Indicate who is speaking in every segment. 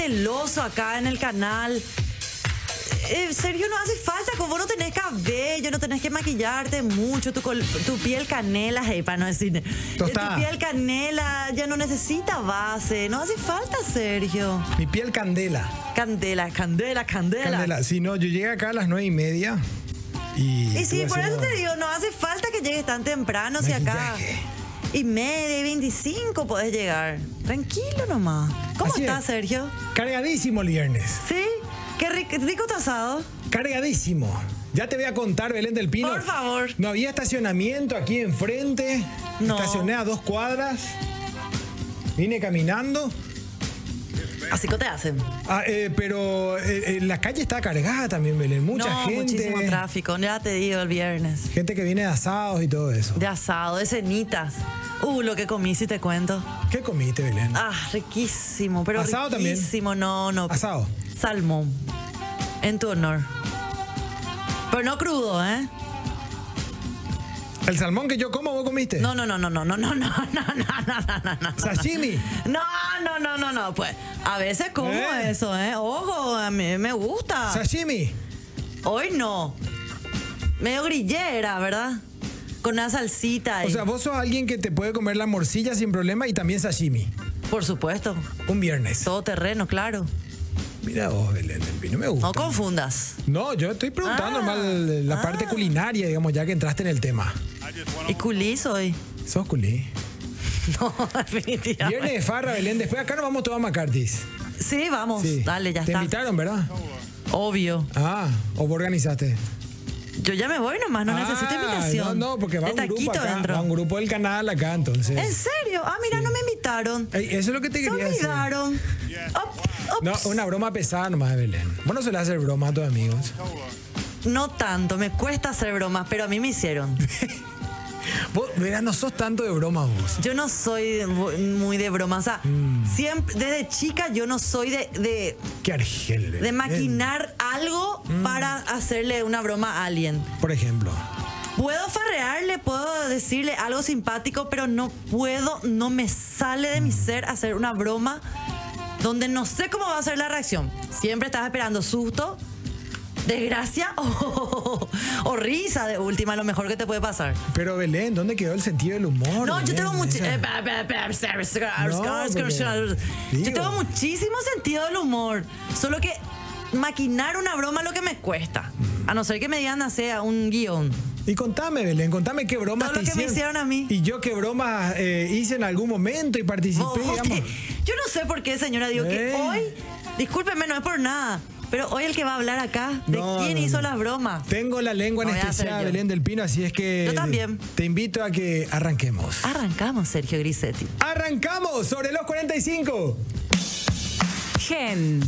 Speaker 1: pasteloso acá en el canal. Eh, Sergio, no hace falta, como vos no tenés cabello, no tenés que maquillarte mucho, tu, col- tu piel canela, hey, para no decir, eh,
Speaker 2: Tostada.
Speaker 1: tu piel canela ya no necesita base, no hace falta, Sergio.
Speaker 2: Mi piel candela.
Speaker 1: Candela, candela, candela.
Speaker 2: Candela. Si no, yo llegué acá a las nueve y media. Y,
Speaker 1: Y sí,
Speaker 2: estuve
Speaker 1: por eso
Speaker 2: haciendo-
Speaker 1: te digo, no hace falta que llegues tan temprano si acá
Speaker 2: Maquillaje.
Speaker 1: y media y 25 podés llegar. Tranquilo nomás. ¿Cómo
Speaker 2: Así
Speaker 1: estás,
Speaker 2: es.
Speaker 1: Sergio?
Speaker 2: Cargadísimo el viernes.
Speaker 1: ¿Sí? ¿Qué rico, rico tu asado?
Speaker 2: Cargadísimo. Ya te voy a contar, Belén del Pino.
Speaker 1: Por favor.
Speaker 2: No había estacionamiento aquí enfrente.
Speaker 1: No.
Speaker 2: Estacioné a dos cuadras. Vine caminando.
Speaker 1: Así que te hacen.
Speaker 2: Ah, eh, pero eh, eh, la calle está cargada también, Belén. Mucha
Speaker 1: no,
Speaker 2: gente.
Speaker 1: muchísimo tráfico. Ya te digo el viernes.
Speaker 2: Gente que viene de asados y todo eso.
Speaker 1: De asado, de cenitas. Uh, lo que comí, si te cuento.
Speaker 2: ¿Qué comiste, Belén?
Speaker 1: Ah, riquísimo, pero
Speaker 2: ¿Asado también?
Speaker 1: riquísimo. No, no.
Speaker 2: Asado.
Speaker 1: Salmón. En tu honor. Pero no crudo, ¿eh?
Speaker 2: El salmón que yo como, vos comiste.
Speaker 1: No, no, no, no, no, no, no, no, no, no, no, no, no, no.
Speaker 2: Sashimi.
Speaker 1: No, no, no, no, no. Pues a veces como
Speaker 2: ¿Eh?
Speaker 1: eso, ¿eh? Ojo, a mí me gusta.
Speaker 2: Sashimi.
Speaker 1: Hoy no. Medio grillera, ¿verdad? Con una salsita ahí.
Speaker 2: O sea, vos sos alguien que te puede comer la morcilla sin problema y también sashimi.
Speaker 1: Por supuesto.
Speaker 2: Un viernes.
Speaker 1: Todo terreno, claro.
Speaker 2: Mira vos, Belén, del Pino, me gusta.
Speaker 1: No confundas.
Speaker 2: No, yo estoy preguntando
Speaker 1: Ah,
Speaker 2: mal la parte culinaria, digamos, ya que entraste en el tema.
Speaker 1: Y culis hoy.
Speaker 2: Sos culí.
Speaker 1: No, definitivamente.
Speaker 2: Viernes de farra, Belén. Después acá nos vamos todos a Macartis.
Speaker 1: Sí, vamos.
Speaker 2: Sí.
Speaker 1: Dale, ya
Speaker 2: Te
Speaker 1: está.
Speaker 2: invitaron, ¿verdad?
Speaker 1: Obvio.
Speaker 2: Ah, o vos organizaste.
Speaker 1: Yo ya me voy nomás, no
Speaker 2: Ah,
Speaker 1: necesito invitación.
Speaker 2: No, no, porque va un
Speaker 1: De
Speaker 2: grupo
Speaker 1: taquito
Speaker 2: acá.
Speaker 1: entro.
Speaker 2: Va un grupo del canal acá, entonces.
Speaker 1: ¿En serio? Ah, mira, no me invitaron.
Speaker 2: Ey, eso es lo que te
Speaker 1: Se
Speaker 2: quería decir.
Speaker 1: olvidaron. Op, op.
Speaker 2: No,
Speaker 1: No,
Speaker 2: una broma pesada nomás, Belén. Vos no solés hacer broma a tus amigos.
Speaker 1: tanto, me cuesta hacer bromas, pero a mí me hicieron.
Speaker 2: Vos, verás, no sos tanto de broma vos.
Speaker 1: Yo no soy bu- muy de bromas. O sea,
Speaker 2: Mm.
Speaker 1: siempre, desde chica yo no soy de, de,
Speaker 2: Qué argel.
Speaker 1: de
Speaker 2: Belén.
Speaker 1: maquinar algo
Speaker 2: Mm.
Speaker 1: para hacerle una broma a alguien.
Speaker 2: Por ejemplo.
Speaker 1: Puedo farrearle, puedo decirle algo simpático, pero no puedo, no me sale de mi ser hacer una broma donde no sé cómo va a ser la reacción. Siempre estás esperando susto, desgracia o, o risa de última, lo mejor que te puede pasar.
Speaker 2: Pero Belén, ¿dónde quedó el sentido del humor?
Speaker 1: No, yo
Speaker 2: Belén?
Speaker 1: tengo mucho. eh,
Speaker 2: Esa- porque-
Speaker 1: Yo
Speaker 2: digo.
Speaker 1: tengo muchísimo sentido del humor. Solo que maquinar una broma es lo que me cuesta. A no ser que me digan hacer un guión.
Speaker 2: Y contame, Belén, contame qué bromas
Speaker 1: Todo
Speaker 2: te
Speaker 1: lo que me hicieron a mí.
Speaker 2: Y yo qué bromas eh, hice en algún momento y participé,
Speaker 1: Vos- vos
Speaker 2: digamos.
Speaker 1: te- Oh, yo no sé por qué, señora, digo que
Speaker 2: Ey.
Speaker 1: hoy, discúlpeme, no es por nada, pero hoy el que va a hablar acá de
Speaker 2: No,
Speaker 1: quién
Speaker 2: no,
Speaker 1: hizo
Speaker 2: no.
Speaker 1: las bromas.
Speaker 2: Tengo la lengua
Speaker 1: No voy a
Speaker 2: anestesiada,
Speaker 1: hacer yo.
Speaker 2: Belén del Pino, así es que.
Speaker 1: Yo también.
Speaker 2: Te invito a que arranquemos.
Speaker 1: Arrancamos, Sergio Grisetti.
Speaker 2: ¡Arrancamos! Sobre los 45.
Speaker 3: Gen.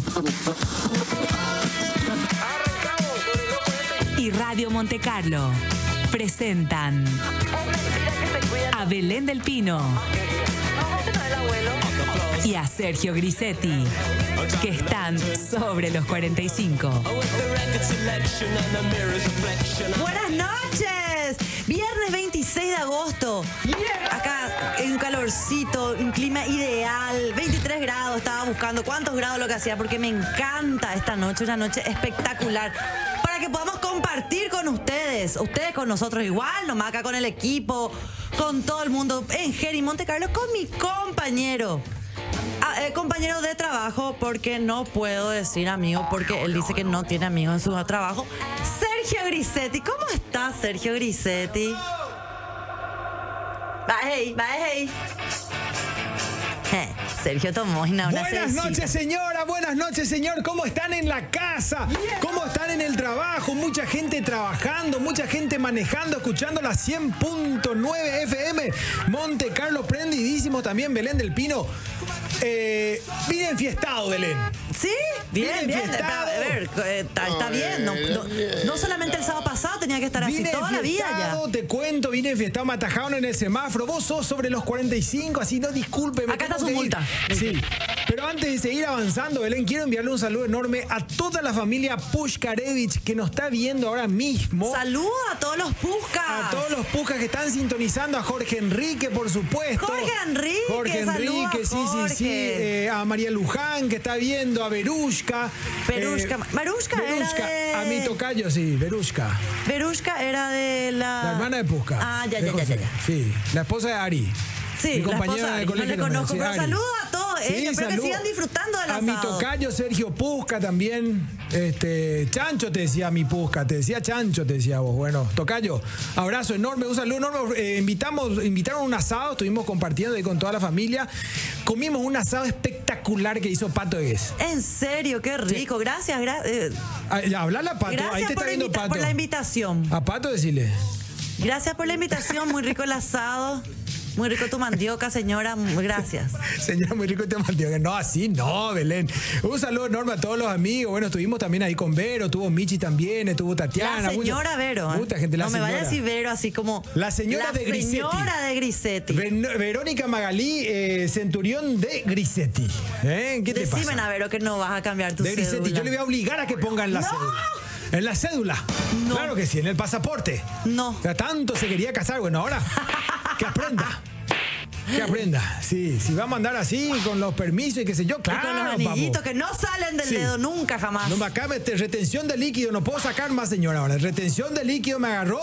Speaker 3: Y Radio Monte Carlo presentan a Belén del Pino y a Sergio Grisetti, que están sobre los 45.
Speaker 1: Buenas noches, viernes 26 de agosto. Acá en un calorcito, un clima ideal, 23 grados, estaba buscando cuántos grados lo que hacía, porque me encanta esta noche, una noche espectacular. Para que podamos compartir con ustedes, ustedes con nosotros igual, nomás acá con el equipo, con todo el mundo, en Geri Monte Carlo, con mi compañero. Ah, eh, compañero de trabajo, porque no puedo decir amigo, porque él dice que no tiene amigos en su trabajo. Sergio Grisetti, ¿cómo estás, Sergio Grisetti? Va, hey, va, hey. Eh, Sergio tomó una una
Speaker 2: Buenas
Speaker 1: cervecita.
Speaker 2: noches, señora. Buenas noches, señor. ¿Cómo están en la casa? ¿Cómo están en el trabajo? Mucha gente trabajando, mucha gente manejando, escuchando la 100.9 FM. Monte Carlo prendidísimo también, Belén del Pino. Eh, bien enfiestado, Belén.
Speaker 1: Sí, bien,
Speaker 2: Bien
Speaker 1: bien.
Speaker 2: fiestado.
Speaker 1: A ver, eh, está, está bien. No, no- no solamente el sábado pasado tenía que estar así,
Speaker 2: Vine
Speaker 1: toda la vida ya.
Speaker 2: enfiestado, te cuento, vine enfiestado, me atajaron en el semáforo. Vos sos sobre los 45, así no disculpe. me
Speaker 1: Acá está
Speaker 2: tengo
Speaker 1: su
Speaker 2: que ir.
Speaker 1: multa.
Speaker 2: Sí. Pero antes de seguir avanzando, Belén, quiero enviarle un saludo enorme a toda la familia Pushkarevich que nos está viendo ahora mismo.
Speaker 1: Saluda a todos los puscas.
Speaker 2: a todos los pujas que están sintonizando, a Jorge Enrique, por supuesto.
Speaker 1: Jorge Enrique,
Speaker 2: Jorge
Speaker 1: saluda,
Speaker 2: Enrique, sí, sí, sí, eh, a María Luján, que está viendo, a Verushka. eh,
Speaker 1: Verushka. Marushka era
Speaker 2: Verushka,
Speaker 1: de-
Speaker 2: a mi tocayo, sí, Verushka.
Speaker 1: Verushka era de la...
Speaker 2: La hermana de Pusca.
Speaker 1: Ah, ya,
Speaker 2: De
Speaker 1: ya, ya, ya.
Speaker 2: José.
Speaker 1: ya.
Speaker 2: Sí, la esposa de Ari.
Speaker 1: Sí,
Speaker 2: Mi
Speaker 1: la
Speaker 2: compañera
Speaker 1: esposa de Ari.
Speaker 2: de
Speaker 1: No
Speaker 2: colegio
Speaker 1: le
Speaker 2: número
Speaker 1: conozco,
Speaker 2: sí,
Speaker 1: pero
Speaker 2: Ari.
Speaker 1: saludo a todos ellos, espero que
Speaker 2: saludo.
Speaker 1: sigan disfrutando del
Speaker 2: A mi
Speaker 1: asado.
Speaker 2: tocayo Sergio Pusca también. Este, Chancho te decía mi Pusca, te decía Chancho, te decía vos. Bueno, tocayo, abrazo enorme, un saludo enorme. Eh, invitamos, invitaron un asado, estuvimos compartiendo ahí con toda la familia. Comimos un asado espectacular que hizo Pato Egues.
Speaker 1: En serio, qué rico. Gracias, gra- eh,
Speaker 2: Ah, ya, Hablale a Pato, ahí te
Speaker 1: gracias
Speaker 2: está
Speaker 1: por,
Speaker 2: viendo Ah.
Speaker 1: invita-
Speaker 2: Pato.
Speaker 1: por la invitación.
Speaker 2: A Pato decirle.
Speaker 1: Gracias por la invitación, muy rico el asado. Muy rico tu mandioca, señora. Gracias.
Speaker 2: Señora, muy rico este mandioca. No, así no, Belén. Un saludo enorme a todos los amigos. Bueno, estuvimos también ahí con Vero, estuvo Michi también, estuvo Tatiana.
Speaker 1: La señora
Speaker 2: mucha-
Speaker 1: Vero. ¿eh?
Speaker 2: Mucha gente, la
Speaker 1: no
Speaker 2: señora.
Speaker 1: me vaya a decir Vero así como.
Speaker 2: La señora
Speaker 1: la
Speaker 2: de Grisetti.
Speaker 1: señora de Grisetti.
Speaker 2: Ven- Verónica Magalí, eh, centurión de Grisetti. ¿Eh? ¿Qué te
Speaker 1: Decime,
Speaker 2: pasa?
Speaker 1: a Vero, que no vas a cambiar tu
Speaker 2: De Grisetti.
Speaker 1: cédula.
Speaker 2: Yo le voy a obligar a que ponga en la
Speaker 1: No.
Speaker 2: cédula. En la cédula.
Speaker 1: No.
Speaker 2: Claro que sí, en el pasaporte.
Speaker 1: No.
Speaker 2: O sea, tanto se quería casar. Bueno, ahora que aprenda. Que aprenda. Sí, si va a mandar así, con los permisos y qué sé yo,
Speaker 1: Y
Speaker 2: claro.
Speaker 1: con los
Speaker 2: Ah, vamos.
Speaker 1: anillitos que no salen del
Speaker 2: Sí.
Speaker 1: dedo nunca jamás.
Speaker 2: No me acabe, este, retención de líquido, no puedo sacar más, señora, ahora. Retención de líquido me agarró.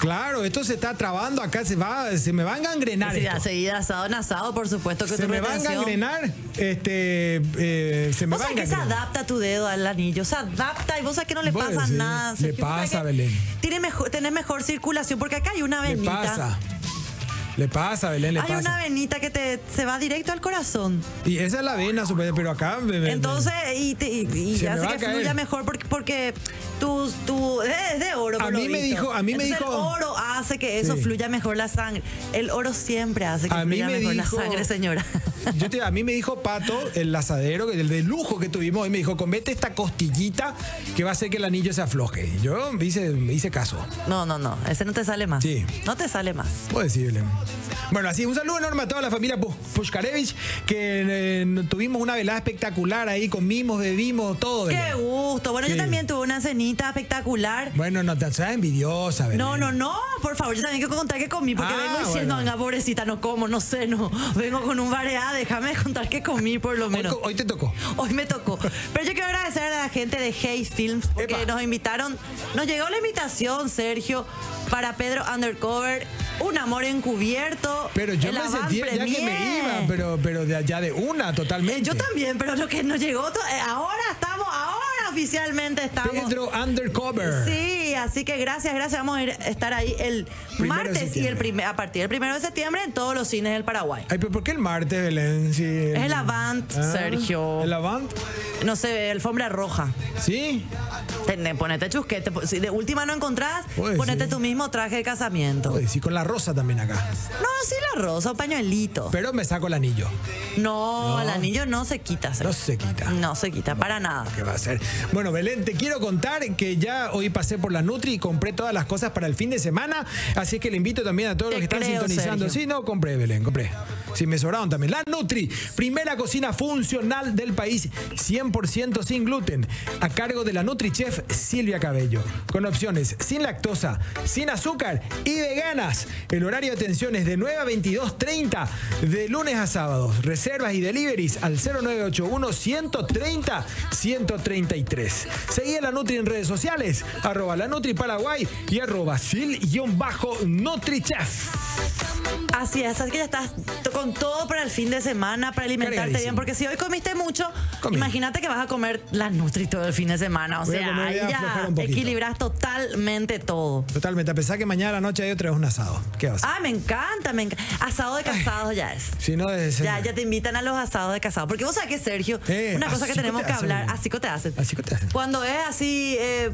Speaker 2: Claro, esto se está trabando, acá se va, se me va a engangrenar
Speaker 1: Sí,
Speaker 2: esto.
Speaker 1: a seguir asado en asado, por supuesto que
Speaker 2: Se
Speaker 1: tu
Speaker 2: me va a
Speaker 1: retención.
Speaker 2: engangrenar, este, eh, se me
Speaker 1: Vos
Speaker 2: va a
Speaker 1: sabés que se
Speaker 2: engangrenar.
Speaker 1: adapta tu dedo al anillo, se adapta y vos sabés que no le
Speaker 2: Bueno,
Speaker 1: pasa
Speaker 2: sí,
Speaker 1: nada.
Speaker 2: le
Speaker 1: Sergio, vos sabés
Speaker 2: pasa,
Speaker 1: que
Speaker 2: Belén.
Speaker 1: Tiene mejor, tenés mejor circulación, porque acá hay una
Speaker 2: Le
Speaker 1: venita.
Speaker 2: pasa. Le pasa, Belén, le
Speaker 1: hay una
Speaker 2: pasa.
Speaker 1: venita que te, se va directo al corazón.
Speaker 2: Y esa es la vena, supe- pero acá... me- me-
Speaker 1: Entonces, y, te, y- y
Speaker 2: Se me
Speaker 1: hace
Speaker 2: va a
Speaker 1: que
Speaker 2: caer.
Speaker 1: fluya mejor porque, porque tu, tu- es de oro. por
Speaker 2: A
Speaker 1: lo
Speaker 2: mí me
Speaker 1: visto.
Speaker 2: dijo- a mí me
Speaker 1: Entonces,
Speaker 2: dijo-
Speaker 1: El oro hace que eso
Speaker 2: Sí.
Speaker 1: fluya mejor la sangre. El oro siempre hace que
Speaker 2: A mí
Speaker 1: fluya
Speaker 2: me
Speaker 1: mejor
Speaker 2: dijo-
Speaker 1: la sangre, señora.
Speaker 2: Yo te- a mí me dijo Pato, el asadero, el de lujo que tuvimos, hoy me dijo, comete esta costillita que va a hacer que el anillo se afloje. Y Yo me hice, me hice caso.
Speaker 1: No, no, no. Ese no te sale más.
Speaker 2: Sí.
Speaker 1: No te sale más.
Speaker 2: Puedo decirle. Bueno, así, un saludo enorme a toda la familia Pu- Pushkarevich, que eh, tuvimos una velada espectacular ahí, comimos, bebimos, todo. Belén.
Speaker 1: Qué gusto. Bueno,
Speaker 2: Sí.
Speaker 1: yo también tuve una cenita espectacular.
Speaker 2: Bueno, no te seas envidiosa, Belén.
Speaker 1: No, no, no, por favor, yo también quiero contar que comí, porque
Speaker 2: Ah,
Speaker 1: vengo diciendo,
Speaker 2: bueno.
Speaker 1: venga, pobrecita, no como, no sé, no. Vengo con un bareá, déjame contar que comí por lo
Speaker 2: Hoy,
Speaker 1: menos.
Speaker 2: co- hoy te tocó.
Speaker 1: Hoy me tocó. Pero yo quiero agradecer a la gente de Hey Films porque
Speaker 2: Epa.
Speaker 1: nos invitaron. Nos llegó la invitación, Sergio, para Pedro Undercover. Un amor encubierto.
Speaker 2: Pero yo
Speaker 1: el
Speaker 2: me
Speaker 1: avant
Speaker 2: sentía ya que me
Speaker 1: premier.
Speaker 2: iba, pero, pero de, ya de una, totalmente.
Speaker 1: Eh, yo también, pero lo que nos llegó. to- eh, ahora estamos, ahora oficialmente estamos.
Speaker 2: Pedro Undercover.
Speaker 1: Sí, así que gracias, gracias. Vamos a ir- estar ahí el
Speaker 2: Primero de
Speaker 1: martes y el
Speaker 2: septiembre.
Speaker 1: primer, a partir del primero de septiembre en todos los cines del Paraguay.
Speaker 2: Ay, pero ¿por qué el martes, Belén? Sí, Ah,
Speaker 1: Es el Avant, Sergio.
Speaker 2: ¿El Avant?
Speaker 1: No sé, alfombra roja.
Speaker 2: Sí.
Speaker 1: Tené, ponete chusquete. po- Si de última no encontrás,
Speaker 2: Pues
Speaker 1: ponete
Speaker 2: sí.
Speaker 1: tu mismo traje de casamiento.
Speaker 2: Oye, sí, con la rosa también acá.
Speaker 1: No, sí la rosa, un pañuelito.
Speaker 2: Pero me saco el anillo.
Speaker 1: No, el anillo no se quita.
Speaker 2: No se quita.
Speaker 1: No se quita, para nada.
Speaker 2: ¿Qué va a ser? Bueno, Belén, te quiero contar que ya hoy pasé por la Nutri y compré todas las cosas para el fin de semana. Así que le invito también a todos
Speaker 1: Te
Speaker 2: los que están
Speaker 1: creo,
Speaker 2: sintonizando.
Speaker 1: Sergio.
Speaker 2: Sí, no, compré, Belén, compré. Sí, me sobraron también. La Nutri, primera cocina funcional del país, 100% sin gluten, a cargo de la NutriChef Silvia Cabello. Con opciones sin lactosa, sin azúcar y veganas. El horario de atención es de 9 a 22.30, de lunes a sábados. Reservas y deliveries al 0981 130 133. Seguí a la Nutri en redes sociales, arroba la Nutri Paraguay y arroba sil-nutrichef.
Speaker 1: Así es, así que ya estás t- con todo para el fin de semana, para alimentarte
Speaker 2: Cargadísimo.
Speaker 1: bien, porque si hoy comiste mucho,
Speaker 2: Comí.
Speaker 1: imagínate que vas a comer las Nutri todo el fin de semana. O
Speaker 2: Voy a
Speaker 1: sea,
Speaker 2: comer, voy a aflojar
Speaker 1: ya
Speaker 2: un poquito.
Speaker 1: equilibras totalmente todo.
Speaker 2: Totalmente, a pesar que mañana a la noche hay otra vez un asado. ¿Qué vas a hacer?
Speaker 1: Ah, me encanta, me encanta. Asado de casados ya es.
Speaker 2: Si no, es-
Speaker 1: Ah, Ya, ya te invitan a los asados de casado. Porque vos sabés que, Sergio,
Speaker 2: Eh,
Speaker 1: una cosa que
Speaker 2: así
Speaker 1: tenemos
Speaker 2: te
Speaker 1: que
Speaker 2: hacen,
Speaker 1: hablar,
Speaker 2: Belén.
Speaker 1: así que te hacen.
Speaker 2: Así que te hacen.
Speaker 1: Cuando es así, eh,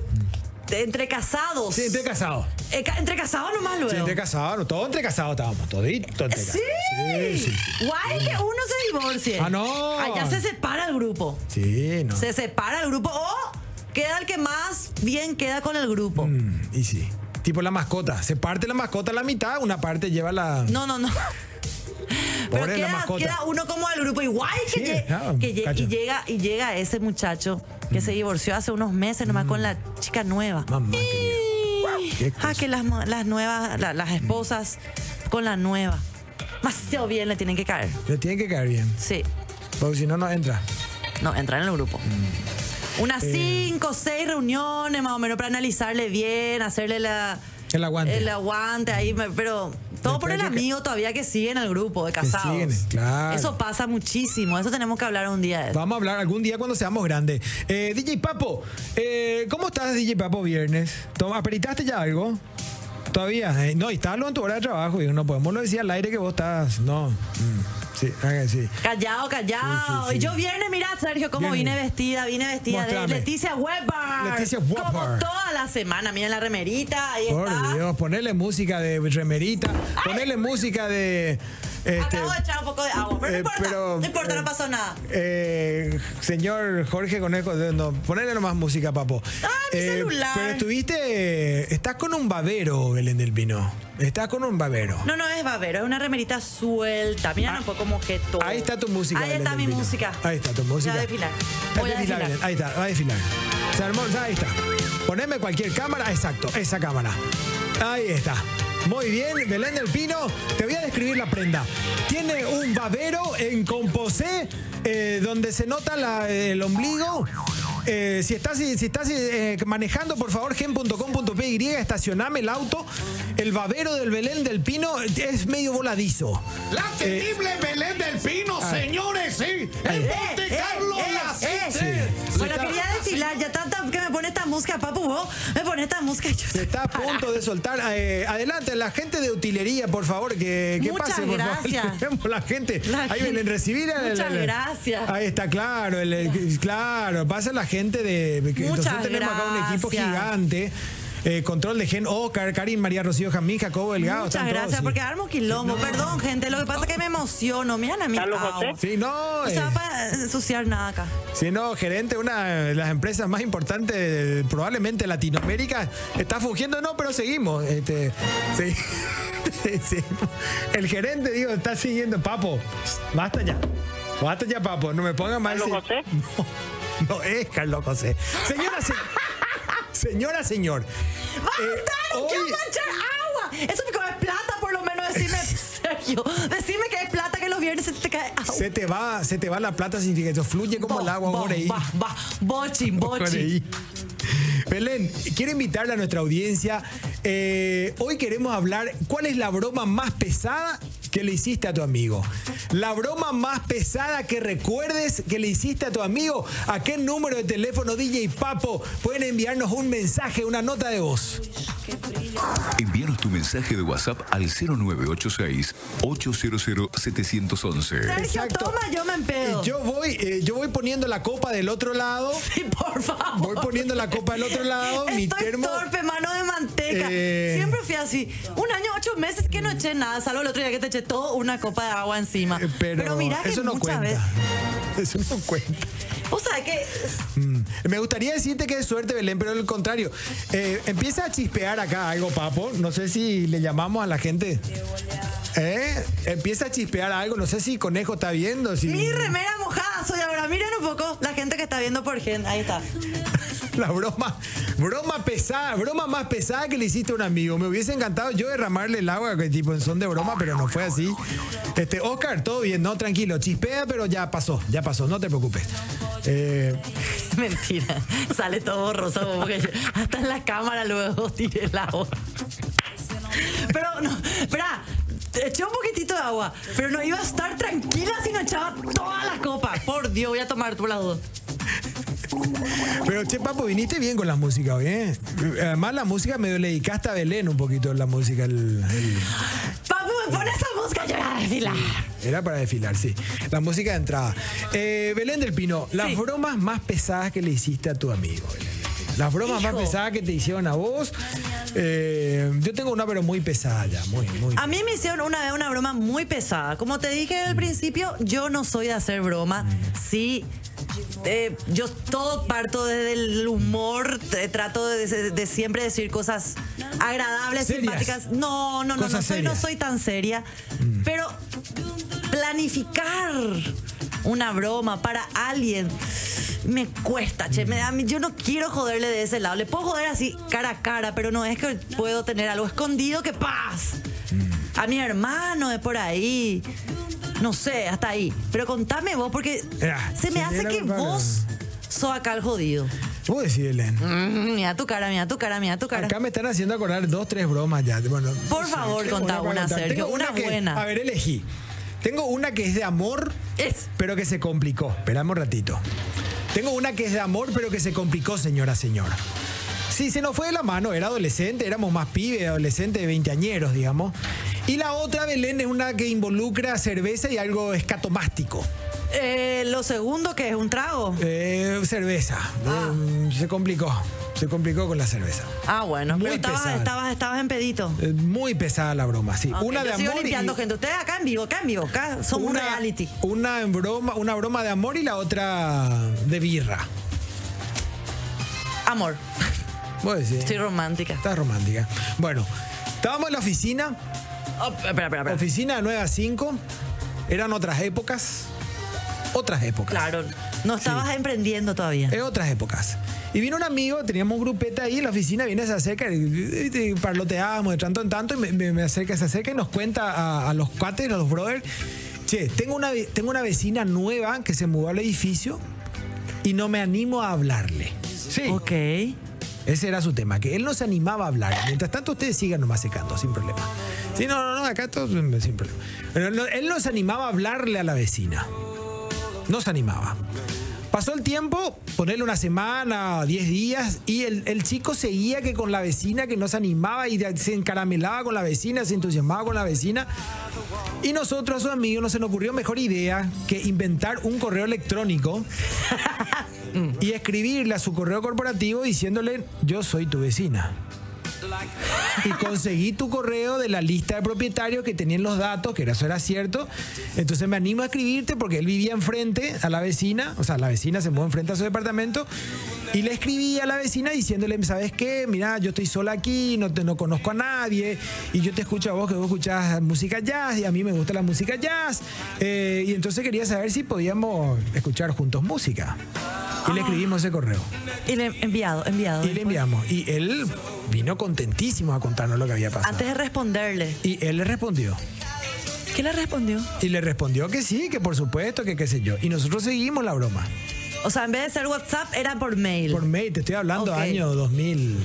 Speaker 1: de- entre casados.
Speaker 2: Sí, entre casado.
Speaker 1: Eh, ca- entre casados nomás luego.
Speaker 2: Sí, entre casado, no, todo entre casado estábamos, todito entre casado.
Speaker 1: Sí.
Speaker 2: Sí, sí.
Speaker 1: Guay que uno se divorcie.
Speaker 2: Ah, no.
Speaker 1: Allá se separa el grupo.
Speaker 2: Sí, no.
Speaker 1: Se separa el grupo o queda el que más bien queda con el grupo.
Speaker 2: Mm, Y sí. Tipo la mascota. Se parte la mascota a la mitad, una parte lleva la.
Speaker 1: No, no, no. Pero
Speaker 2: Pobre la
Speaker 1: queda,
Speaker 2: mascota.
Speaker 1: queda uno como del grupo igual que,
Speaker 2: Sí,
Speaker 1: lle-
Speaker 2: claro,
Speaker 1: que lle-
Speaker 2: cacho.
Speaker 1: y
Speaker 2: Mm.
Speaker 1: llega y llega ese muchacho que se divorció hace unos meses nomás con la chica nueva.
Speaker 2: Mamá querida. Guau, qué
Speaker 1: Ah, que las, mo- las nuevas, la-
Speaker 2: Mm.
Speaker 1: las esposas con la nueva. Demasiado bien le tienen que caer.
Speaker 2: Le tiene que caer bien.
Speaker 1: Sí.
Speaker 2: Porque si no, no entra.
Speaker 1: No, entrar en el grupo.
Speaker 2: Mm.
Speaker 1: Unas
Speaker 2: Eh.
Speaker 1: cinco o seis reuniones más o menos para analizarle bien, hacerle la,
Speaker 2: El aguante.
Speaker 1: el aguante ahí, me- pero todo por el
Speaker 2: Después que-
Speaker 1: amigo todavía que sigue en el grupo de casados.
Speaker 2: siguen, claro.
Speaker 1: Eso pasa muchísimo, eso tenemos que hablar un día de eso.
Speaker 2: Vamos a hablar algún día cuando seamos grandes. Eh, DJ Papo, eh, ¿cómo estás, DJ Papo, viernes? Tom- ¿Aperitaste ya algo? Todavía. eh, no, y estabas luego en tu hora de trabajo. digo, no podemos lo decir al aire que vos estás. No. Mm, sí, haga sí.
Speaker 1: Callado, callado.
Speaker 2: sí, sí.
Speaker 1: Y yo viernes, mirá, Sergio, cómo
Speaker 2: Viernes.
Speaker 1: vine vestida, vine vestida
Speaker 2: Mostrame.
Speaker 1: de Leticia Weber.
Speaker 2: Leticia Weber.
Speaker 1: Como toda la semana, miren la remerita, ahí
Speaker 2: Por
Speaker 1: está.
Speaker 2: Dios, ponerle música de remerita, ponerle música de. este,
Speaker 1: Acabo de echar un poco de agua, pero no
Speaker 2: eh,
Speaker 1: importa,
Speaker 2: pero,
Speaker 1: no importa,
Speaker 2: eh,
Speaker 1: no pasó nada.
Speaker 2: Eh, señor Jorge Conejo, de- no, ponele nomás música, papo. Eh,
Speaker 1: Ah, mi celular.
Speaker 2: Pero estuviste. eh, Estás con un babero, Belén del Pino. Estás con un babero.
Speaker 1: No, no es babero, es una remerita suelta. Mira un poco objeto.
Speaker 2: Ah, Ahí está tu música.
Speaker 1: Ahí
Speaker 2: Belén
Speaker 1: está
Speaker 2: del
Speaker 1: mi
Speaker 2: Pino.
Speaker 1: música.
Speaker 2: Ahí está tu música.
Speaker 1: Voy a desfilar.
Speaker 2: Eh,
Speaker 1: Voy a
Speaker 2: desfila,
Speaker 1: desfilar.
Speaker 2: Belén. Ahí está, va a desfilar. Se armó, ahí está. Poneme cualquier cámara, exacto, esa cámara. Ahí está. Muy bien, Belén del Pino, te voy a describir la prenda. Tiene un babero en composé, eh, donde se nota la- el ombligo. Eh, si estás, si estás eh, manejando, por favor, gen.com.py, estacioname el auto. El babero del Belén del Pino es medio voladizo.
Speaker 4: La temible Belén del Pino, señores, sí. El
Speaker 2: Eh,
Speaker 1: Eh,
Speaker 4: Monte Carlo las
Speaker 2: sí.
Speaker 1: Bueno, quería desfilar, ya tanta que me pone esta música, papu, vos me pone esta música. y yo-
Speaker 2: Se está a punto de soltar. Eh, adelante, la gente de utilería, por favor, que, que
Speaker 1: Muchas
Speaker 2: pase, por favor.
Speaker 1: gracias.
Speaker 2: Vemos la gente.
Speaker 1: La
Speaker 2: Ahí
Speaker 1: gente.
Speaker 2: vienen recibir. al-
Speaker 1: Muchas
Speaker 2: al-
Speaker 1: gracias.
Speaker 2: Ahí está, claro. el- el- claro, pasa la gente de. que
Speaker 1: Muchas
Speaker 2: nosotros tenemos acá un equipo
Speaker 1: gracias.
Speaker 2: gigante. Eh, control de Gen Oscar, Karim, María Rocío Jamín, Jacobo Delgado.
Speaker 1: Muchas
Speaker 2: están todos,
Speaker 1: gracias,
Speaker 2: sí.
Speaker 1: porque armo quilombo. Perdón, gente, lo que pasa es que me emociono. Miren a mí.
Speaker 5: Carlos
Speaker 1: au.
Speaker 5: José.
Speaker 2: Sí, no.
Speaker 1: No
Speaker 2: eh,
Speaker 1: se va para ensuciar nada acá.
Speaker 2: sí, no, gerente, una de las empresas más importantes, eh, probablemente Latinoamérica, está fugiendo, no, pero seguimos. este, sí, sí. El gerente, digo, está siguiendo, papo. Basta ya. Basta ya, papo. No me pongan mal.
Speaker 5: ¿Carlos
Speaker 2: se-
Speaker 5: José?
Speaker 2: No, no es Carlos José. Señora, se- señora, señor. eh,
Speaker 1: ¡Basta! ¡Quiero
Speaker 2: hoy-
Speaker 1: manchar agua! Eso me es plata, por lo menos. Decime, Sergio. Decime que es plata que los viernes se te cae agua.
Speaker 2: se te va, se te va la plata sin que eso fluye como el agua,
Speaker 1: Bo-
Speaker 2: Goreí.
Speaker 1: bo- ba- ba- Bochi, bochi.
Speaker 2: Coreí. Belén, quiero invitarle a nuestra audiencia. eh, hoy queremos hablar cuál es la broma más pesada que le hiciste a tu amigo. La broma más pesada que recuerdes que le hiciste a tu amigo. ¿A qué número de teléfono DJ Papo pueden enviarnos un mensaje, una nota de voz?
Speaker 6: Envíanos tu mensaje de WhatsApp al 0986 800 711.
Speaker 1: Sergio,
Speaker 2: Exacto.
Speaker 1: toma, yo me empedo.
Speaker 2: Y yo voy, eh, yo voy poniendo la copa del otro lado.
Speaker 1: Sí, por favor.
Speaker 2: Voy poniendo la copa del otro lado.
Speaker 1: Estoy
Speaker 2: mi termo.
Speaker 1: torpe, mano de manteca.
Speaker 2: Eh.
Speaker 1: Siempre fui así. Un año, ocho meses que no eché nada, salvo el otro día que te eché todo una copa de agua encima.
Speaker 2: eh, Pero,
Speaker 1: mira que
Speaker 2: eso no
Speaker 1: muchas
Speaker 2: cuenta.
Speaker 1: veces.
Speaker 2: Eso no cuenta.
Speaker 1: O sea que.
Speaker 2: Mm. Me gustaría decirte que es suerte, Belén, pero al contrario. Eh, empieza a chispear acá algo, papo. No sé si le llamamos a la gente. ¿Eh? Empieza a chispear algo. No sé si Conejo está viendo. Si
Speaker 1: Mi remera mojada soy ahora. Miren un poco la gente que está viendo por gente. Ahí está.
Speaker 2: La broma. Broma pesada. Broma más pesada que le hiciste a un amigo. Me hubiese encantado yo derramarle el agua, que tipo en son de broma, pero no fue así. Este, Oscar, todo bien, no, tranquilo. Chispea, pero ya pasó. Ya pasó. No te preocupes. Eh,
Speaker 1: Mentira. Sale todo borroso. como que yo- hasta en la cámara luego tiré el agua. Pero no, espera. Eché un poquitito de agua, pero no iba a estar tranquila si no echaba toda la copa. Por Dios, voy a tomar por la duda.
Speaker 2: Pero che, Papo, viniste bien con la música hoy, ¿eh? Además, la música me le dedicaste a Belén un poquito la música. el- el-
Speaker 1: Papu, me pone esa música, yo voy a desfilar.
Speaker 2: era para desfilar, sí. La música de entrada. Eh, Belén del Pino, las
Speaker 1: Sí.
Speaker 2: bromas más pesadas que le hiciste a tu amigo, Belén del Pino. Las bromas
Speaker 1: Hijo.
Speaker 2: más pesadas que te hicieron a vos. Eh, yo tengo una, pero muy pesada ya, muy, muy.
Speaker 1: A mí me hicieron una vez una broma muy pesada. Como te dije al principio, yo no soy de hacer broma. Sí. eh, yo todo parto desde el humor, te- trato de, de- de siempre decir cosas agradables,
Speaker 2: Serias.
Speaker 1: simpáticas. No, no, no, no
Speaker 2: Cosas
Speaker 1: soy, no
Speaker 2: serias. Mm.
Speaker 1: soy tan seria. Pero planificar una broma para alguien me cuesta, che. Me, da- yo no quiero joderle de ese lado. Le puedo joder así cara a cara, pero no es que puedo tener algo escondido que paz. A mi hermano de por ahí. No sé, hasta ahí. Pero contame vos, porque
Speaker 2: Ah,
Speaker 1: se me
Speaker 2: sí,
Speaker 1: hace
Speaker 2: era
Speaker 1: que
Speaker 2: culpable.
Speaker 1: vos sos acá el jodido.
Speaker 2: Vos decís, Belén.
Speaker 1: Mm, mira tu cara, mira tu cara, mira tu cara.
Speaker 2: Acá me están haciendo acordar dos, tres bromas ya. Bueno,
Speaker 1: Por
Speaker 2: no sé,
Speaker 1: favor,
Speaker 2: tengo
Speaker 1: contá
Speaker 2: para
Speaker 1: una,
Speaker 2: contar.
Speaker 1: Sergio,
Speaker 2: Tengo
Speaker 1: una
Speaker 2: que-
Speaker 1: buena.
Speaker 2: a ver, elegí. Tengo una que es de amor,
Speaker 1: Es.
Speaker 2: pero que se complicó. Esperamos un ratito. Tengo una que es de amor, pero que se complicó, señora, señor. Sí, se nos fue de la mano. Era adolescente, éramos más pibes, adolescentes de 20 añeros, digamos. Y la otra, Belén, es una que involucra cerveza y algo escatomástico.
Speaker 1: Eh, lo segundo que es un trago.
Speaker 2: Eh, cerveza. Eh, se complicó. Se complicó con la cerveza.
Speaker 1: Ah, bueno,
Speaker 2: Muy
Speaker 1: pero estabas,
Speaker 2: pesado.
Speaker 1: estabas, estabas en pedito.
Speaker 2: Eh, Muy pesada la broma, sí.
Speaker 1: Ok,
Speaker 2: Una
Speaker 1: yo
Speaker 2: de
Speaker 1: sigo
Speaker 2: amor y
Speaker 1: limpiando gente. Ustedes acá en vivo, acá en vivo, acá son un reality.
Speaker 2: Una en broma, una broma de amor y la otra de birra.
Speaker 1: Amor,
Speaker 2: Vos decís,
Speaker 1: estoy romántica.
Speaker 2: estás romántica. Bueno, estábamos en la oficina,
Speaker 1: Oh, espera, espera, espera.
Speaker 2: oficina de 9 a 5. Eran otras épocas. Otras épocas.
Speaker 1: Claro, no estabas emprendiendo todavía.
Speaker 2: En otras épocas. Y vino un amigo, teníamos un grupete ahí en la oficina, viene, se acerca, y- y- y parloteábamos de tanto en tanto, y me, me- me acerca, se acerca y nos cuenta a, a los cuates, a los brothers, che, tengo una, ve- tengo una vecina nueva que se mudó al edificio y no me animo a hablarle. Sí.
Speaker 1: Ok.
Speaker 2: Ese era su tema, que él no se animaba a hablar. Mientras tanto, ustedes sigan nomás secando, sin problema. Sí, no, no, no, acá todo mm, sin problema. Pero no- él no se animaba a hablarle a la vecina. No se animaba. Pasó el tiempo, ponerle una semana, 10 días, y el, el chico seguía que con la vecina, que no se animaba y de- se encaramelaba con la vecina, se entusiasmaba con la vecina. Y nosotros, a sus amigos, nos se nos ocurrió mejor idea que inventar un correo electrónico y escribirle a su correo corporativo diciéndole, yo soy tu vecina. Y conseguí tu correo de la lista de propietarios que tenían los datos, que eso era cierto. Entonces me animo a escribirte porque él vivía enfrente a la vecina, o sea, la vecina se mudó enfrente a su departamento. Y le escribí a la vecina diciéndole, ¿sabes qué? Mira, yo estoy sola aquí, no, te, no conozco a nadie. Y yo te escucho a vos, que vos escuchás música jazz y a mí me gusta la música jazz. Eh, y entonces quería saber si podíamos escuchar juntos música. Y le escribimos ese correo.
Speaker 1: Y le- enviado, enviado.
Speaker 2: Y le enviamos. Y él vino contentísimo a contarnos lo que había pasado.
Speaker 1: Antes de responderle,
Speaker 2: Y él le respondió.
Speaker 1: ¿qué le respondió?
Speaker 2: Y le respondió que sí, que por supuesto, que qué sé yo. Y nosotros seguimos la broma.
Speaker 1: O sea, en vez de ser WhatsApp, era por mail.
Speaker 2: Por mail, te estoy hablando
Speaker 1: Ok.
Speaker 2: año 2000,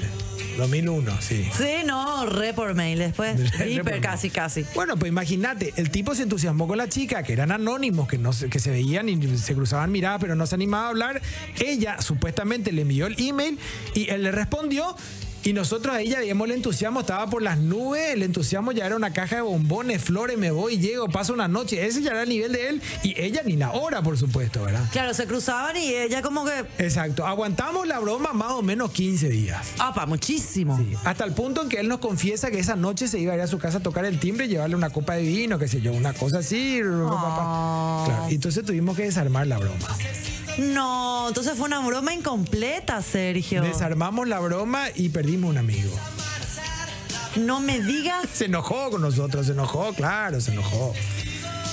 Speaker 2: 2001, sí.
Speaker 1: Sí, no, re por mail después.
Speaker 2: Re
Speaker 1: Hiper,
Speaker 2: por mail.
Speaker 1: casi, casi.
Speaker 2: Bueno, pues imagínate, el tipo se entusiasmó con la chica, que eran anónimos, que, no, se- que se veían y se cruzaban miradas, pero no se animaba a hablar. Ella supuestamente le envió el email y él le respondió. Y nosotros a ella, digamos, le entusiasmo, estaba por las nubes, el entusiasmo ya era una caja de bombones, flores, me voy, llego, paso una noche. Ese ya era el nivel de él y ella ni la hora, por supuesto, ¿verdad?
Speaker 1: Claro, se cruzaban y ella como que.
Speaker 2: Exacto, aguantamos la broma más o menos 15 días.
Speaker 1: ¡Apa! Muchísimo.
Speaker 2: Sí, Hasta el punto en que él nos confiesa que esa noche se iba a ir a su casa a tocar el timbre y llevarle una copa de vino, qué sé yo, una cosa así. pa, pa,
Speaker 1: Ah.
Speaker 2: pa. Claro, y entonces tuvimos que desarmar la broma.
Speaker 1: No, entonces fue una broma incompleta, Sergio.
Speaker 2: Desarmamos la broma y perdimos un amigo.
Speaker 1: No me digas.
Speaker 2: Se enojó con nosotros, se enojó, claro, se enojó.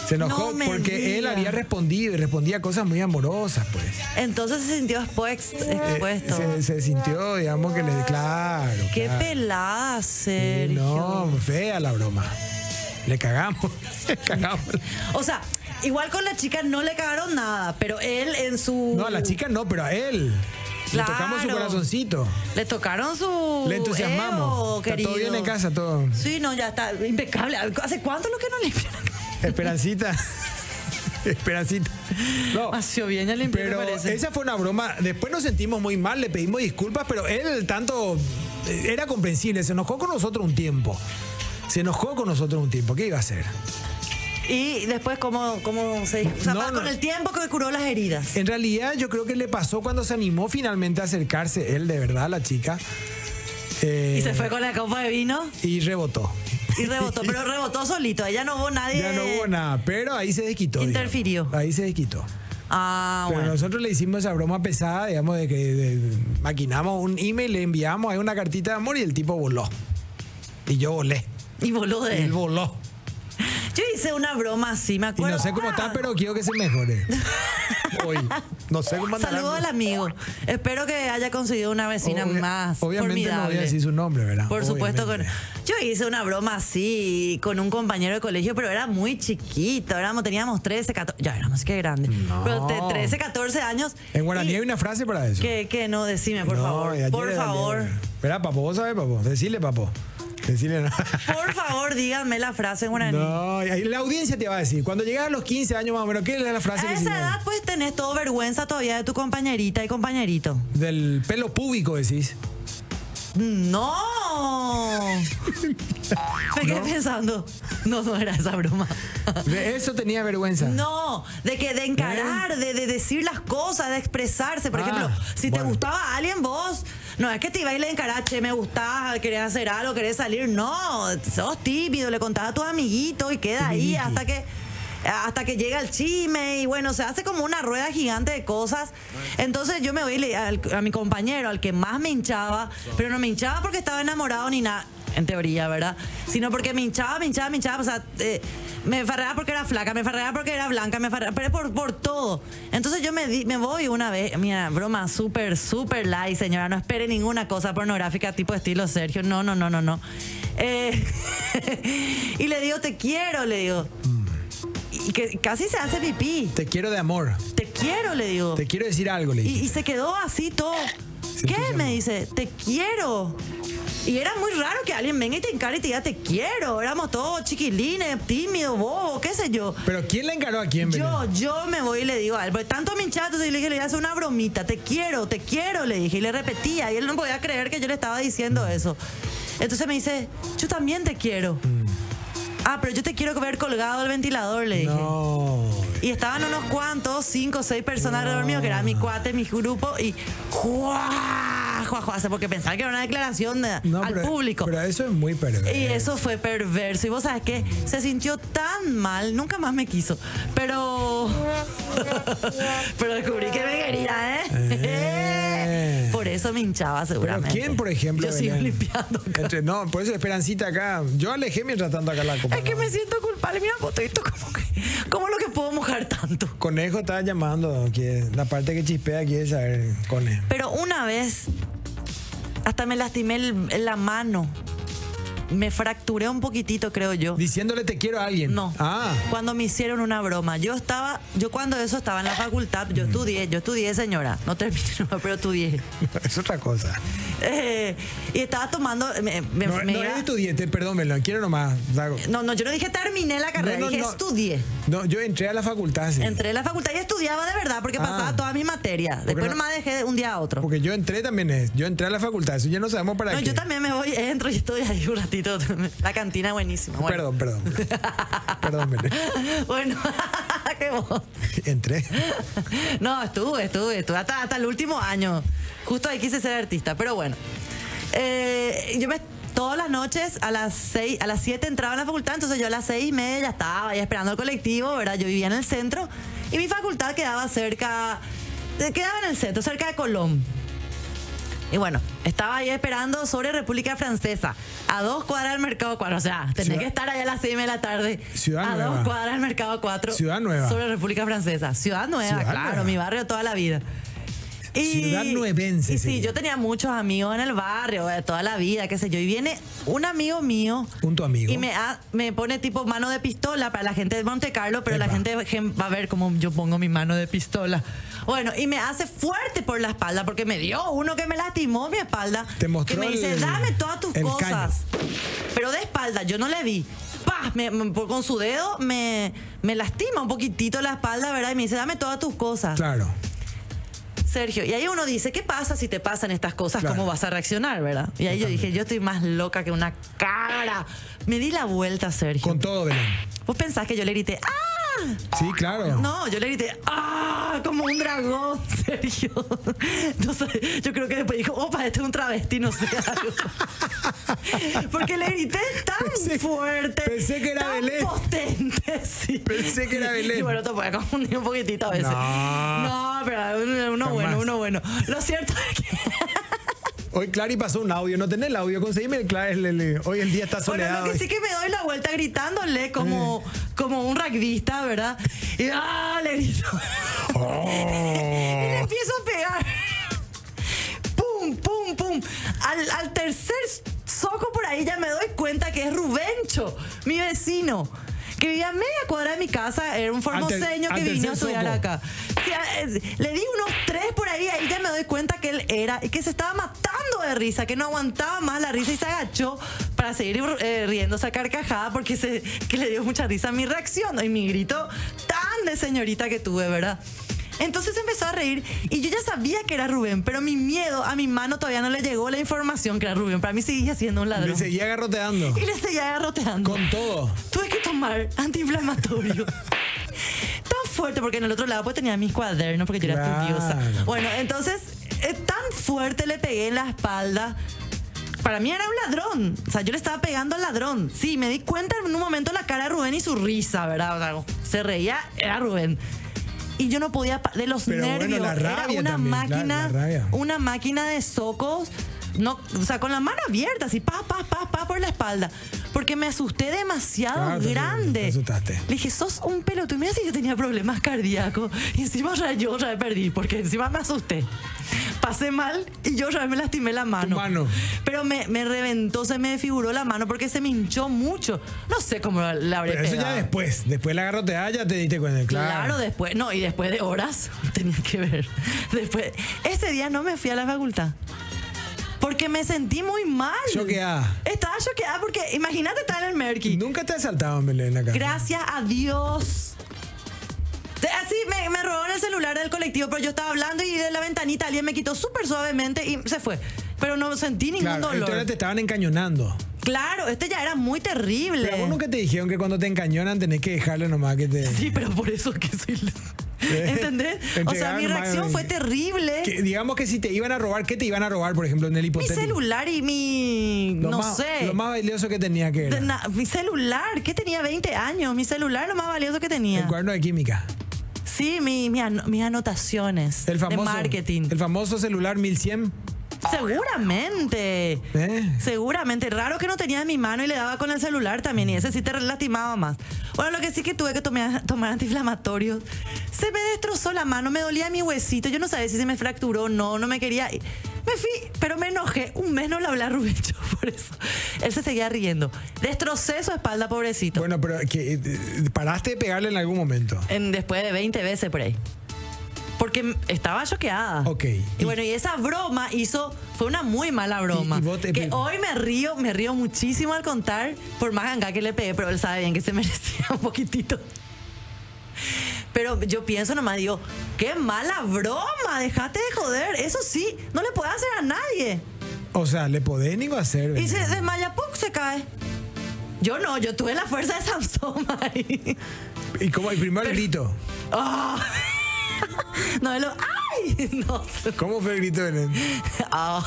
Speaker 2: Se enojó
Speaker 1: No me
Speaker 2: porque él
Speaker 1: digas.
Speaker 2: había respondido y respondía cosas muy amorosas, pues.
Speaker 1: Entonces se sintió expuex-
Speaker 2: Eh,
Speaker 1: expuesto.
Speaker 2: se, se sintió, digamos, que le... Claro.
Speaker 1: Qué
Speaker 2: claro.
Speaker 1: pelada,
Speaker 2: Sí,
Speaker 1: Sergio.
Speaker 2: No, fea la broma. Le cagamos, le cagamos.
Speaker 1: O sea, igual con la chica no le cagaron nada, pero él en su.
Speaker 2: No, a la chica no, pero a él. Le tocamos su
Speaker 1: Claro.
Speaker 2: corazoncito.
Speaker 1: Le tocaron su.
Speaker 2: Le entusiasmamos.
Speaker 1: ego,
Speaker 2: Está todo
Speaker 1: querido.
Speaker 2: bien en casa, todo.
Speaker 1: Sí, no, ya está impecable. ¿Hace cuánto lo que no limpian?
Speaker 2: Esperancita. Esperancita. No.
Speaker 1: Hace bien ya limpié,
Speaker 2: Pero
Speaker 1: Ah, me parece.
Speaker 2: esa fue una broma. Después nos sentimos muy mal, le pedimos disculpas, pero él tanto eh, era comprensible. Se enojó con nosotros un tiempo. Se enojó con nosotros un tiempo. ¿Qué iba a hacer?
Speaker 1: Y después, ¿cómo, cómo se O sea,
Speaker 2: No,
Speaker 1: va
Speaker 2: no.
Speaker 1: con el tiempo que curó las heridas.
Speaker 2: En realidad, yo creo que le pasó cuando se animó finalmente a acercarse él de verdad a la chica. Eh,
Speaker 1: Y se fue con la copa de vino
Speaker 2: y rebotó.
Speaker 1: y rebotó, pero rebotó solito. Ella no hubo nadie.
Speaker 2: Ya no hubo nada, pero ahí se desquitó.
Speaker 1: Eh, Interfirió.
Speaker 2: digamos. Ahí se desquitó.
Speaker 1: Ah,
Speaker 2: Pero
Speaker 1: bueno.
Speaker 2: nosotros le hicimos esa broma pesada, digamos, de que de- de- maquinamos un email, le enviamos ahí una cartita de amor y el tipo voló. Y yo volé.
Speaker 1: Y voló de
Speaker 2: Él
Speaker 1: él.
Speaker 2: voló.
Speaker 1: Yo hice una broma así, me
Speaker 2: Y
Speaker 1: acuerdo.
Speaker 2: no sé cómo está,
Speaker 1: Ah,
Speaker 2: pero quiero que se mejore. Hoy.
Speaker 4: No sé cómo andará.
Speaker 1: Saludo al amigo. Espero que haya conseguido una vecina
Speaker 2: Obvia-
Speaker 1: más
Speaker 2: Obviamente
Speaker 1: formidable.
Speaker 2: no voy a decir su nombre, ¿verdad?
Speaker 1: Por supuesto, con,
Speaker 2: Obviamente.
Speaker 1: yo hice una broma así con un compañero de colegio, pero era muy chiquito. Éramos, teníamos 13, 14, ya éramos, qué grande.
Speaker 2: No.
Speaker 1: Pero te- 13, 14 años.
Speaker 2: En guaraní
Speaker 1: y-
Speaker 2: hay una frase para eso.
Speaker 1: Que, que no, decime, por
Speaker 2: No,
Speaker 1: favor.
Speaker 2: y ayer
Speaker 1: Por
Speaker 2: era
Speaker 1: favor.
Speaker 2: libre. Espera, papo, vos sabés, papo. Decile, papo. Decile.
Speaker 1: Por favor, díganme la frase en guaraní.
Speaker 2: No, y ahí la audiencia te va a decir. Cuando llegas a los 15 años más o menos, ¿qué es la frase
Speaker 1: A
Speaker 2: que
Speaker 1: esa
Speaker 2: se-
Speaker 1: edad, pues tenés todo vergüenza todavía de tu compañerita y compañerito.
Speaker 2: Del pelo púbico decís.
Speaker 1: ¡No! Me quedé pensando. No, no era esa broma.
Speaker 2: De eso tenía vergüenza.
Speaker 1: No, de que de encarar, de, de decir las cosas, de expresarse. Por
Speaker 2: ¿Eh? Ah,
Speaker 1: ejemplo, si te
Speaker 2: bueno.
Speaker 1: gustaba alguien vos, no es que te ibas y le encarás, che, me gustaba, querés hacer algo, querés salir. No, sos tímido, le contás a tu amiguito y queda ahí
Speaker 2: Timidiki.
Speaker 1: hasta que hasta que llega el chisme y bueno, se hace como una rueda gigante de cosas. Entonces yo me voy y le- al- a mi compañero, al que más me hinchaba, pero no me hinchaba porque estaba enamorado ni nada, en teoría, ¿verdad? Sino porque me hinchaba, me hinchaba, me hinchaba, o sea, eh, me farreaba porque era flaca, me farreaba porque era blanca, me farreaba, pero por, por todo. Entonces yo me, di- me voy una vez, mira, broma súper, súper light, señora, no espere ninguna cosa pornográfica tipo estilo Sergio, no, no, no, no, no. Eh, y le digo, te quiero, le digo. Y que casi se hace pipí.
Speaker 2: Te quiero de amor.
Speaker 1: Te quiero, le digo.
Speaker 2: Te quiero decir algo, le
Speaker 1: Y,
Speaker 2: dije.
Speaker 1: y se quedó así todo.
Speaker 2: Se
Speaker 1: ¿Qué?
Speaker 2: entusiasmó.
Speaker 1: Me dice, te quiero. Y era muy raro que alguien venga y te encare y te diga, te quiero. Éramos todos chiquilines, tímidos, bobos, qué sé yo.
Speaker 2: Pero ¿quién la encaró a quién,
Speaker 1: Yo,
Speaker 2: Belén?
Speaker 1: yo me voy y le digo a él, porque tanto me hinchaste, y le dije, le voy a hacer una bromita, te quiero, te quiero, le dije, y le repetía, y él no podía creer que yo le estaba diciendo
Speaker 2: Mm.
Speaker 1: eso. Entonces me dice, yo también te quiero.
Speaker 2: Mm.
Speaker 1: Ah, pero yo te quiero ver colgado el ventilador, le dije.
Speaker 2: No.
Speaker 1: Y estaban unos cuantos, cinco o seis personas alrededor mío, que era mi cuate, mi grupo, y ¡juá! ¡juá, juá! porque pensaba que era una declaración de-
Speaker 2: No,
Speaker 1: al
Speaker 2: pero,
Speaker 1: público.
Speaker 2: Pero eso es muy perverso.
Speaker 1: y eso fue perverso. Y vos sabes que se sintió tan mal, nunca más me quiso. Pero. pero descubrí que me quería, ¿eh?
Speaker 2: Eh.
Speaker 1: Por eso me hinchaba
Speaker 2: Pero
Speaker 1: seguramente.
Speaker 2: ¿quién, por ejemplo?
Speaker 1: Yo sigo
Speaker 2: Belén?
Speaker 1: limpiando. acá.
Speaker 2: Entre- no, por eso Esperancita acá. Yo alejé mientras tanto acá la copa.
Speaker 1: Es que me siento culpable. Mira, vos, esto como que. ¿Cómo lo que puedo mojar tanto?
Speaker 2: Conejo estaba llamando. Que la parte que chispea quiere saber, Cone.
Speaker 1: Pero una vez, hasta me lastimé el- la mano. Me fracturé un poquitito, creo yo.
Speaker 2: Diciéndole te quiero a alguien.
Speaker 1: No.
Speaker 2: Ah.
Speaker 1: Cuando me hicieron una broma. Yo estaba, yo cuando eso estaba en la facultad,
Speaker 2: Mm.
Speaker 1: yo estudié, yo estudié, señora. No terminé, no, pero estudié.
Speaker 2: Es otra cosa.
Speaker 1: Eh, y estaba tomando. Me, me-
Speaker 2: No,
Speaker 1: me
Speaker 2: no
Speaker 1: iba-
Speaker 2: es estudiante, perdón, me lo quiero nomás. Dago.
Speaker 1: no, no, yo no dije terminé la carrera,
Speaker 2: No, no,
Speaker 1: dije
Speaker 2: no.
Speaker 1: estudié.
Speaker 2: No, yo entré a la facultad. sí.
Speaker 1: Entré a la facultad y estudiaba de verdad porque
Speaker 2: Ah.
Speaker 1: pasaba todas mis materias. Después
Speaker 2: no-
Speaker 1: nomás dejé de un día a otro.
Speaker 2: Porque yo entré también. es- Yo entré a la facultad. Eso ya no sabemos para
Speaker 1: No,
Speaker 2: qué.
Speaker 1: yo también me voy, entro y estoy ahí un ratito. La cantina es buenísima. bueno.
Speaker 2: Perdón, perdón. perdón, Belén.
Speaker 1: Bueno, qué bo-
Speaker 2: Entré.
Speaker 1: No, estuve, estuve, estuve hasta, hasta el último año. Justo ahí quise ser artista, pero bueno. Eh, yo me todas las noches a las seis, a las 7 entraba en la facultad, entonces yo a las seis y media ya estaba ya esperando el colectivo, ¿verdad? Yo vivía en el centro y mi facultad quedaba cerca, eh, quedaba en el centro, cerca de Colón. Y bueno, estaba ahí esperando sobre República Francesa, a dos cuadras del Mercado 4. O sea, tenés
Speaker 2: Ciudad-
Speaker 1: que estar allá a las 6 de la tarde.
Speaker 2: Ciudad
Speaker 1: a
Speaker 2: Nueva.
Speaker 1: dos cuadras del Mercado 4.
Speaker 2: Ciudad Nueva.
Speaker 1: Sobre República Francesa. Ciudad Nueva,
Speaker 2: Ciudad
Speaker 1: claro,
Speaker 2: Nueva.
Speaker 1: mi barrio toda la vida. Y,
Speaker 2: Ciudad nuevense
Speaker 1: Y sí,
Speaker 2: sería.
Speaker 1: yo tenía muchos amigos en el barrio, de toda la vida, qué sé yo. Y viene un amigo mío.
Speaker 2: Un tu amigo.
Speaker 1: Y me, ha- me pone tipo mano de pistola para la gente de Monte Carlo, pero la
Speaker 2: Epa.
Speaker 1: gente gen- va a ver cómo yo pongo mi mano de pistola. Bueno, y me hace fuerte por la espalda porque me dio uno que me lastimó mi espalda.
Speaker 2: Te mostró
Speaker 1: que me dice,
Speaker 2: el-
Speaker 1: dame todas tus
Speaker 2: el
Speaker 1: cosas. Pero de espalda, yo no le vi. ¡Pah! Me- me- por- con su dedo me, me lastima un poquitito la espalda, ¿verdad? Y me dice, dame todas tus cosas.
Speaker 2: Claro.
Speaker 1: Sergio, y ahí uno dice, ¿qué pasa si te pasan estas cosas?
Speaker 2: Claro.
Speaker 1: ¿Cómo vas a reaccionar, verdad? Y ahí yo dije, yo estoy más loca que una cara. Me di la vuelta, Sergio.
Speaker 2: Con todo, Belén.
Speaker 1: ¿Vos pensás que yo le grité, ¡ah!
Speaker 2: Sí, claro.
Speaker 1: No, yo le grité, ¡ah! Como un dragón, Sergio. Entonces, yo creo que después dijo, opa, este es un travesti, no sé. algo". Porque le grité tan
Speaker 2: Pensé-
Speaker 1: fuerte.
Speaker 2: pensé que era
Speaker 1: tan
Speaker 2: Belén.
Speaker 1: potente, sí.
Speaker 2: Pensé que era Belén.
Speaker 1: Y bueno, te puede confundir un poquitito a veces.
Speaker 2: No.
Speaker 1: No, pero uno
Speaker 2: Jamás.
Speaker 1: bueno, uno bueno. Lo cierto es que.
Speaker 2: Hoy Clary pasó un audio, no tenés el audio, conseguime el Clary. el- el- el- hoy el día está
Speaker 1: Bueno,
Speaker 2: soleado.
Speaker 1: lo que sí que me doy la vuelta gritándole como, como un rugbyista, ¿verdad? Y ¡ah! le grito.
Speaker 2: Oh.
Speaker 1: y le empiezo a pegar. ¡Pum, pum, pum! Al, al tercer soco por ahí ya me doy cuenta que es Rubencho, mi vecino. Que vivía a media cuadra de mi casa, era un formoseño
Speaker 2: al
Speaker 1: que
Speaker 2: tercer
Speaker 1: vino a estudiar
Speaker 2: soco.
Speaker 1: acá. O sea, eh, le di unos tres por ahí, ahí ya me doy cuenta que él era, y que se estaba matando de risa, que no aguantaba más la risa y se agachó para seguir eh, riéndose a carcajada porque se, que le dio mucha risa mi reacción y mi grito tan de señorita que tuve, ¿verdad? Entonces empezó a reír y yo ya sabía que era Rubén, pero mi miedo a mi mano todavía no le llegó la información que era Rubén. Para mí seguía siendo un ladrón.
Speaker 2: Le seguía garroteando.
Speaker 1: Y le seguía garroteando.
Speaker 2: Con todo.
Speaker 1: Tuve que tomar antiinflamatorio. tan fuerte, porque en el otro lado pues tenía mis cuadernos porque yo era estudiosa.
Speaker 2: Claro.
Speaker 1: Bueno, entonces, eh, tan fuerte le pegué en la espalda. Para mí era un ladrón. O sea, yo le estaba pegando al ladrón. Sí, me di cuenta en un momento la cara de Rubén y su risa, ¿verdad? O sea, se reía, era Rubén. Y yo no podía, pa- de los
Speaker 2: Pero bueno,
Speaker 1: nervios,
Speaker 2: la
Speaker 1: era
Speaker 2: rabia
Speaker 1: una
Speaker 2: también, la-
Speaker 1: máquina,
Speaker 2: la rabia.
Speaker 1: una máquina de socos, no, o sea, con la mano abierta, así, pa, pa, pa, pa, por la espalda. Porque me asusté demasiado
Speaker 2: Claro, te-
Speaker 1: grande.
Speaker 2: te asustaste.
Speaker 1: Le dije, sos un pelotudo. Mira si yo tenía problemas cardíacos. Y encima ya yo ya perdí, porque encima me asusté. Pasé mal y yo ya me lastimé la mano.
Speaker 2: mano.
Speaker 1: Pero me, me reventó, se me desfiguró la mano porque se me hinchó mucho. No sé cómo la- la habré
Speaker 2: Pero eso ya
Speaker 1: pegado.
Speaker 2: después. Después de la garroteada ya te diste cuenta.
Speaker 1: Claro.
Speaker 2: Claro.
Speaker 1: después, no, y después de horas tenía que ver. Después, ese día no me fui a la facultad. Porque me sentí muy mal.
Speaker 2: Choqueada.
Speaker 1: Estaba choqueada porque imagínate estar en el Merky.
Speaker 2: Nunca te asaltaban, Belén, acá.
Speaker 1: Gracias a Dios. Te- Así me, me robaron el celular del colectivo, pero yo estaba hablando y de la ventanita alguien me quitó súper suavemente y se fue. Pero no sentí ningún
Speaker 2: Claro,
Speaker 1: dolor.
Speaker 2: entonces te estaban encañonando.
Speaker 1: Claro, este ya era muy terrible.
Speaker 2: Pero a vos nunca te dijeron que cuando te encañonan tenés que dejarle nomás que te...
Speaker 1: Sí, pero por eso que soy... ¿Entendés? O sea, mi
Speaker 2: Eh, Entregaron más
Speaker 1: reacción
Speaker 2: de-
Speaker 1: fue terrible.
Speaker 2: que digamos que si te iban a robar, ¿qué te iban a robar, por ejemplo, en el
Speaker 1: Mi
Speaker 2: hipotético?
Speaker 1: celular y mi...
Speaker 2: Lo
Speaker 1: no
Speaker 2: más-
Speaker 1: sé.
Speaker 2: Lo más valioso que tenía que
Speaker 1: De
Speaker 2: era.
Speaker 1: na- mi celular, que tenía 20 años. Mi celular lo más valioso que
Speaker 2: El
Speaker 1: tenía.
Speaker 2: cuaderno de química.
Speaker 1: Sí, mi, mi ano- mis anotaciones
Speaker 2: El famoso.
Speaker 1: de marketing.
Speaker 2: El famoso celular 1100.
Speaker 1: Seguramente.
Speaker 2: ¿Eh?
Speaker 1: Seguramente. Raro que no tenía en mi mano y le daba con el celular también. Y ese sí te lastimaba más. Bueno, lo que sí que tuve que tomar, tomar antiinflamatorios. Se me destrozó la mano, me dolía mi huesito. Yo no sabía si se me fracturó o no, no me quería. ir. Me fui, pero me enojé. Un mes no le hablé a Rubén yo por eso. Él se seguía riendo. Destrocé su espalda, pobrecito.
Speaker 2: Bueno, pero que, eh, paraste de pegarle en algún momento.
Speaker 1: En- después de 20 veces por ahí. Porque m- estaba choqueada.
Speaker 2: Ok.
Speaker 1: Y bueno, y esa broma hizo, fue una muy mala broma.
Speaker 2: Y- y vos te-
Speaker 1: que hoy me río, me río muchísimo al contar, por más ganga que le pegué, pero él sabe bien que se merecía un poquitito. Pero yo pienso nomás, digo, qué mala broma, dejate de joder. Eso sí, no le puede hacer a nadie.
Speaker 2: O sea, le podés ni hacer.
Speaker 1: Y
Speaker 2: ¿verdad?
Speaker 1: se desmaya, ¡pum! se cae. Yo no, yo tuve la fuerza de Samsung ahí.
Speaker 2: Y como el primer grito.
Speaker 1: Ah. No, lo. ¡Ay! No.
Speaker 2: ¿Cómo fue el grito de
Speaker 1: Ah.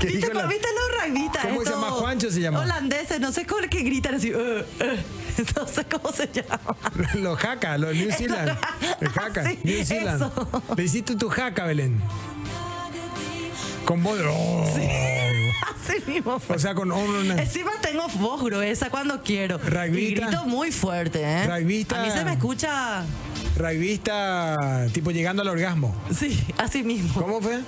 Speaker 2: ¿Qué
Speaker 1: ¿Viste,
Speaker 2: dijo la-
Speaker 1: ¿Viste los rugbyistas?
Speaker 2: ¿Cómo se llama?
Speaker 1: Estos
Speaker 2: Juancho se llama.
Speaker 1: Holandeses, no sé cómo que gritan así. "Eh, eh". No sé cómo se
Speaker 2: Oh.
Speaker 1: llama.
Speaker 2: Los jacas, los New Zealand. El jaca,
Speaker 1: Sí,
Speaker 2: New Zealand.
Speaker 1: eso.
Speaker 2: Le hiciste tu jaca, Belén. Con voz de- oh.
Speaker 1: Así mismo. fue.
Speaker 2: O sea, con oh, hombro en-
Speaker 1: Encima tengo voz gruesa cuando quiero. Y
Speaker 2: Rugbyista.
Speaker 1: grito muy fuerte, ¿eh?
Speaker 2: Rugbyista.
Speaker 1: A mí se me escucha.
Speaker 2: Rugbyista, tipo llegando al orgasmo.
Speaker 1: Sí, así mismo.
Speaker 2: ¿Cómo fue?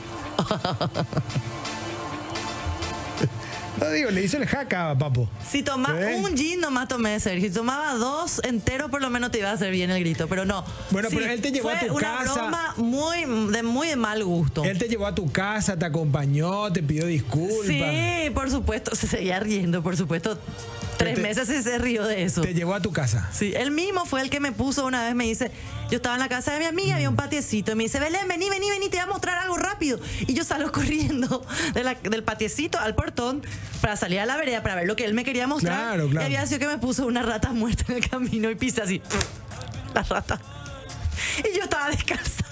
Speaker 2: No digo, le hizo el jaca, papo.
Speaker 1: Si tomás
Speaker 2: ¿Eh?
Speaker 1: un gin, nomás tomé, Sergio. Si tomaba dos enteros, por lo menos te iba a hacer bien el grito, pero no.
Speaker 2: Bueno,
Speaker 1: Sí,
Speaker 2: pero él te llevó
Speaker 1: fue
Speaker 2: a tu
Speaker 1: una
Speaker 2: casa.
Speaker 1: broma muy de, muy de mal gusto.
Speaker 2: Él te llevó a tu casa, te acompañó, te pidió disculpas.
Speaker 1: Sí, por supuesto. Se seguía riendo, por supuesto. Tres
Speaker 2: te-
Speaker 1: meses se- se rió de eso.
Speaker 2: Te llevó a tu casa.
Speaker 1: Sí, él mismo fue el que me puso una vez, me dice, yo estaba en la casa de mi amiga, había un
Speaker 2: Mm.
Speaker 1: patiecito, y me dice, Belén, vení, vení, vení, te voy a mostrar algo rápido. Y yo salgo corriendo de la- del patiecito al portón para salir a la vereda para ver lo que él me quería mostrar.
Speaker 2: Claro, claro.
Speaker 1: Y había sido que me puso una rata muerta en el camino y pisa así, la rata. Y yo estaba descalza.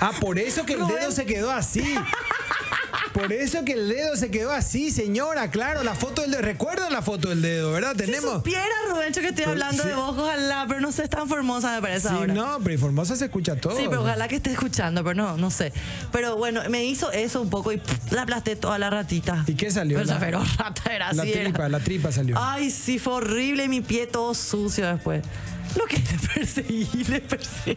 Speaker 2: Ah, por eso que el
Speaker 1: Rubén.
Speaker 2: dedo se quedó así. Por eso que el dedo se quedó así, señora. Claro, la foto del dedo. Recuerdan la foto del dedo, ¿verdad?
Speaker 1: Si
Speaker 2: Tenemos.
Speaker 1: supiera, Rubencho, que estoy hablando
Speaker 2: sí.
Speaker 1: de vos, ojalá, pero no sé, es tan formosa me parece
Speaker 2: Sí,
Speaker 1: ahora.
Speaker 2: no, pero en Formosa se escucha todo.
Speaker 1: Sí, pero ojalá que esté escuchando, pero no, no sé. Pero bueno, me hizo eso un poco y pff, la aplasté toda la ratita.
Speaker 2: ¿Y qué salió?
Speaker 1: Pero,
Speaker 2: La-
Speaker 1: pero rata era
Speaker 2: la
Speaker 1: así. era. Ah.
Speaker 2: tripa, la tripa salió.
Speaker 1: Ay, sí, fue horrible y mi pie todo sucio después. Lo que le perseguí, le perseguí.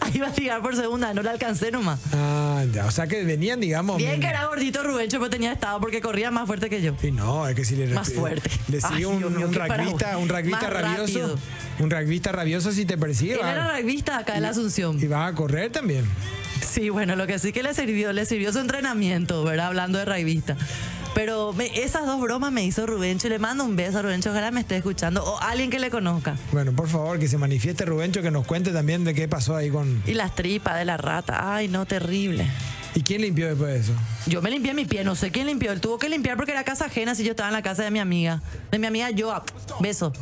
Speaker 1: Ahí iba a tirar por segunda, no la alcancé nomás.
Speaker 2: Ah, ya, o sea que venían, digamos.
Speaker 1: Bien
Speaker 2: mm,
Speaker 1: que era gordito Rubencho, pero tenía estado porque corría más fuerte que yo.
Speaker 2: Y no, es que si le
Speaker 1: Más fuerte.
Speaker 2: Le
Speaker 1: Ay,
Speaker 2: sigue un,
Speaker 1: Dios mío,
Speaker 2: un
Speaker 1: qué
Speaker 2: rugbyista,
Speaker 1: paragüe.
Speaker 2: un rugbyista
Speaker 1: Más
Speaker 2: rabioso.
Speaker 1: rápido.
Speaker 2: Un rugbyista rabioso si te persigue.
Speaker 1: Él
Speaker 2: va-
Speaker 1: era revista acá de la Asunción.
Speaker 2: y vas a correr también.
Speaker 1: Sí, bueno, lo que sí que le sirvió, le sirvió su entrenamiento, ¿verdad? Hablando de raivista. Pero me- esas dos bromas me hizo Rubencho y le mando un beso a Rubencho, ojalá me esté escuchando o alguien que le conozca.
Speaker 2: Bueno, por favor, que se manifieste Rubencho, que nos cuente también de qué pasó ahí con.
Speaker 1: Y las tripas de la rata, ay, no, terrible.
Speaker 2: ¿Y quién limpió después de eso?
Speaker 1: Yo me limpié mi pie, no sé quién limpió, él tuvo que limpiar porque era casa ajena si yo estaba en la casa de mi amiga, de mi amiga Joa. Beso.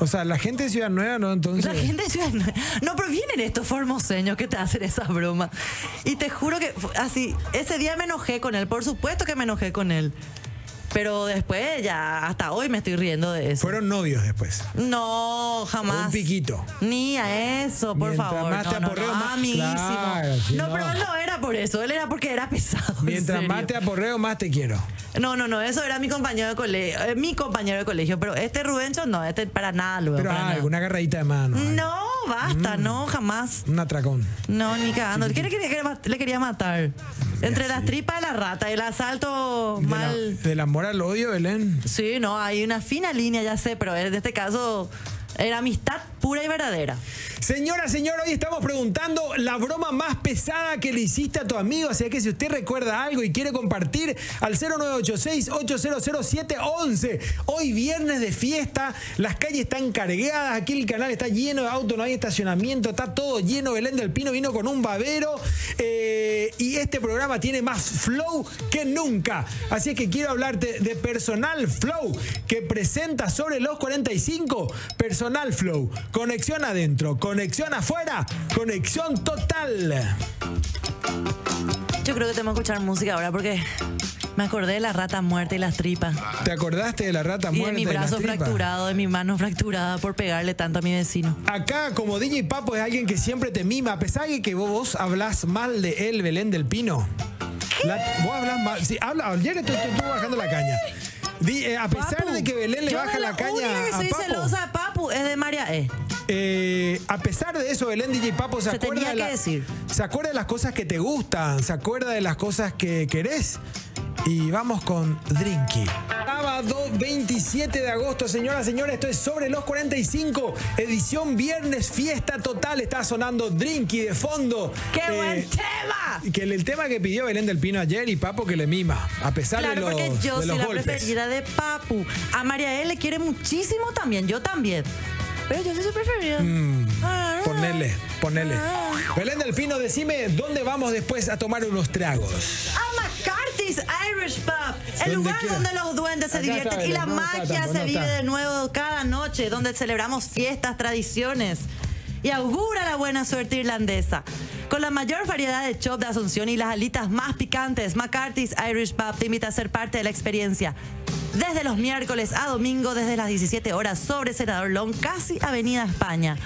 Speaker 2: O sea, la gente de Ciudad Nueva, ¿no? Entonces.
Speaker 1: La gente de Ciudad Nueva- No, pero vienen estos formoseños que te hacen esas bromas. Y te juro que fu- así, ese día me enojé con él, por supuesto que me enojé con él. Pero después ya, hasta hoy me estoy riendo de eso.
Speaker 2: Fueron novios después.
Speaker 1: No, jamás.
Speaker 2: Un piquito.
Speaker 1: Ni a eso, por
Speaker 2: Mientras
Speaker 1: favor.
Speaker 2: más
Speaker 1: no,
Speaker 2: te
Speaker 1: no,
Speaker 2: aporreo,
Speaker 1: no,
Speaker 2: más-
Speaker 1: amiguísimo.
Speaker 2: Claro, sí,
Speaker 1: no,
Speaker 2: no.
Speaker 1: pero él no era por eso, él era porque era pesado. en
Speaker 2: Mientras más
Speaker 1: serio.
Speaker 2: te aporreo, más te quiero.
Speaker 1: No, no, no, eso era mi compañero de colegio, eh, mi compañero de colegio, pero este Rubencho no, este para nada, luego.
Speaker 2: Pero
Speaker 1: para
Speaker 2: ah,
Speaker 1: nada.
Speaker 2: alguna Mm. agarradita de mano.
Speaker 1: No, basta, no, jamás.
Speaker 2: Un atracón.
Speaker 1: No, ni cagando. ¿Quién le quería, le quería matar? Entre las tripas de la rata, el asalto
Speaker 2: De la-
Speaker 1: mal.
Speaker 2: del amor al odio, Belén.
Speaker 1: Sí, no, hay una fina línea, ya sé, pero en este caso era amistad pura y verdadera.
Speaker 2: Señora, señor, hoy estamos preguntando la broma más pesada que le hiciste a tu amigo. Así que si usted recuerda algo y quiere compartir, al 0986-800711. Hoy viernes de fiesta, las calles están cargadas, aquí el canal está lleno de autos, no hay estacionamiento, está todo lleno. Belén del Pino vino con un babero eh, y este programa tiene más flow que nunca. Así que quiero hablarte de Personal Flow, que presenta sobre los 45 Personal Flow. Conexión adentro, conexión afuera, conexión total.
Speaker 1: Yo creo que tengo que escuchar música ahora porque me acordé de la rata muerta y las tripas.
Speaker 2: ¿Te acordaste de la rata
Speaker 1: Y
Speaker 2: muerta?
Speaker 1: de mi
Speaker 2: y las
Speaker 1: brazo
Speaker 2: tripas?
Speaker 1: fracturado, de mi mano fracturada por pegarle tanto a mi vecino.
Speaker 2: Acá, como DJ Papo, es alguien que siempre te mima, a pesar de que vos, vos hablas mal de él, Belén del Pino. La- vos hablas mal. Sí, habla, ayer estuve bajando la caña. Di- eh, a pesar
Speaker 1: Papu,
Speaker 2: de que Belén le
Speaker 1: yo
Speaker 2: baja
Speaker 1: no
Speaker 2: la caña
Speaker 1: única que
Speaker 2: a
Speaker 1: soy
Speaker 2: Papo,
Speaker 1: celosa de Papu es de María E.
Speaker 2: eh, a pesar de eso, Belén DJ Papo se,
Speaker 1: Se
Speaker 2: acuerda
Speaker 1: tenía
Speaker 2: de
Speaker 1: que decir.
Speaker 2: se acuerda de las cosas que te gustan, se acuerda de las cosas que querés. Y vamos con Drinky. Sábado 27 de agosto, señoras, señores, esto es sobre los 45, edición viernes, fiesta total. Está sonando Drinky de fondo.
Speaker 1: ¡Qué
Speaker 2: Eh,
Speaker 1: buen tema!
Speaker 2: que el, el tema que pidió Belén del Pino ayer y Papo que le mima, a pesar
Speaker 1: Claro,
Speaker 2: de
Speaker 1: porque
Speaker 2: los,
Speaker 1: yo soy
Speaker 2: de los
Speaker 1: la
Speaker 2: golpes.
Speaker 1: preferida de Papu. A María E le quiere muchísimo también, yo también. Pero yo soy su preferida. Ah,
Speaker 2: Mm, Ponele, ponele.
Speaker 1: Ah.
Speaker 2: Belén del Pino, decime dónde vamos después a tomar unos tragos.
Speaker 1: A Ah, McCarthy's Irish Pub, el
Speaker 2: ¿Dónde
Speaker 1: lugar
Speaker 2: queda?
Speaker 1: donde los duendes se
Speaker 2: Acá
Speaker 1: divierten
Speaker 2: está,
Speaker 1: y la
Speaker 2: no está,
Speaker 1: magia
Speaker 2: tampoco,
Speaker 1: se
Speaker 2: no
Speaker 1: vive
Speaker 2: está.
Speaker 1: de nuevo cada noche, donde celebramos fiestas, tradiciones y augura la buena suerte irlandesa. Con la mayor variedad de chop de Asunción y las alitas más picantes, McCarthy's Irish Pub te invita a ser parte de la experiencia. Desde los miércoles a domingo, desde las 17 horas, sobre Senador Long, casi Avenida España,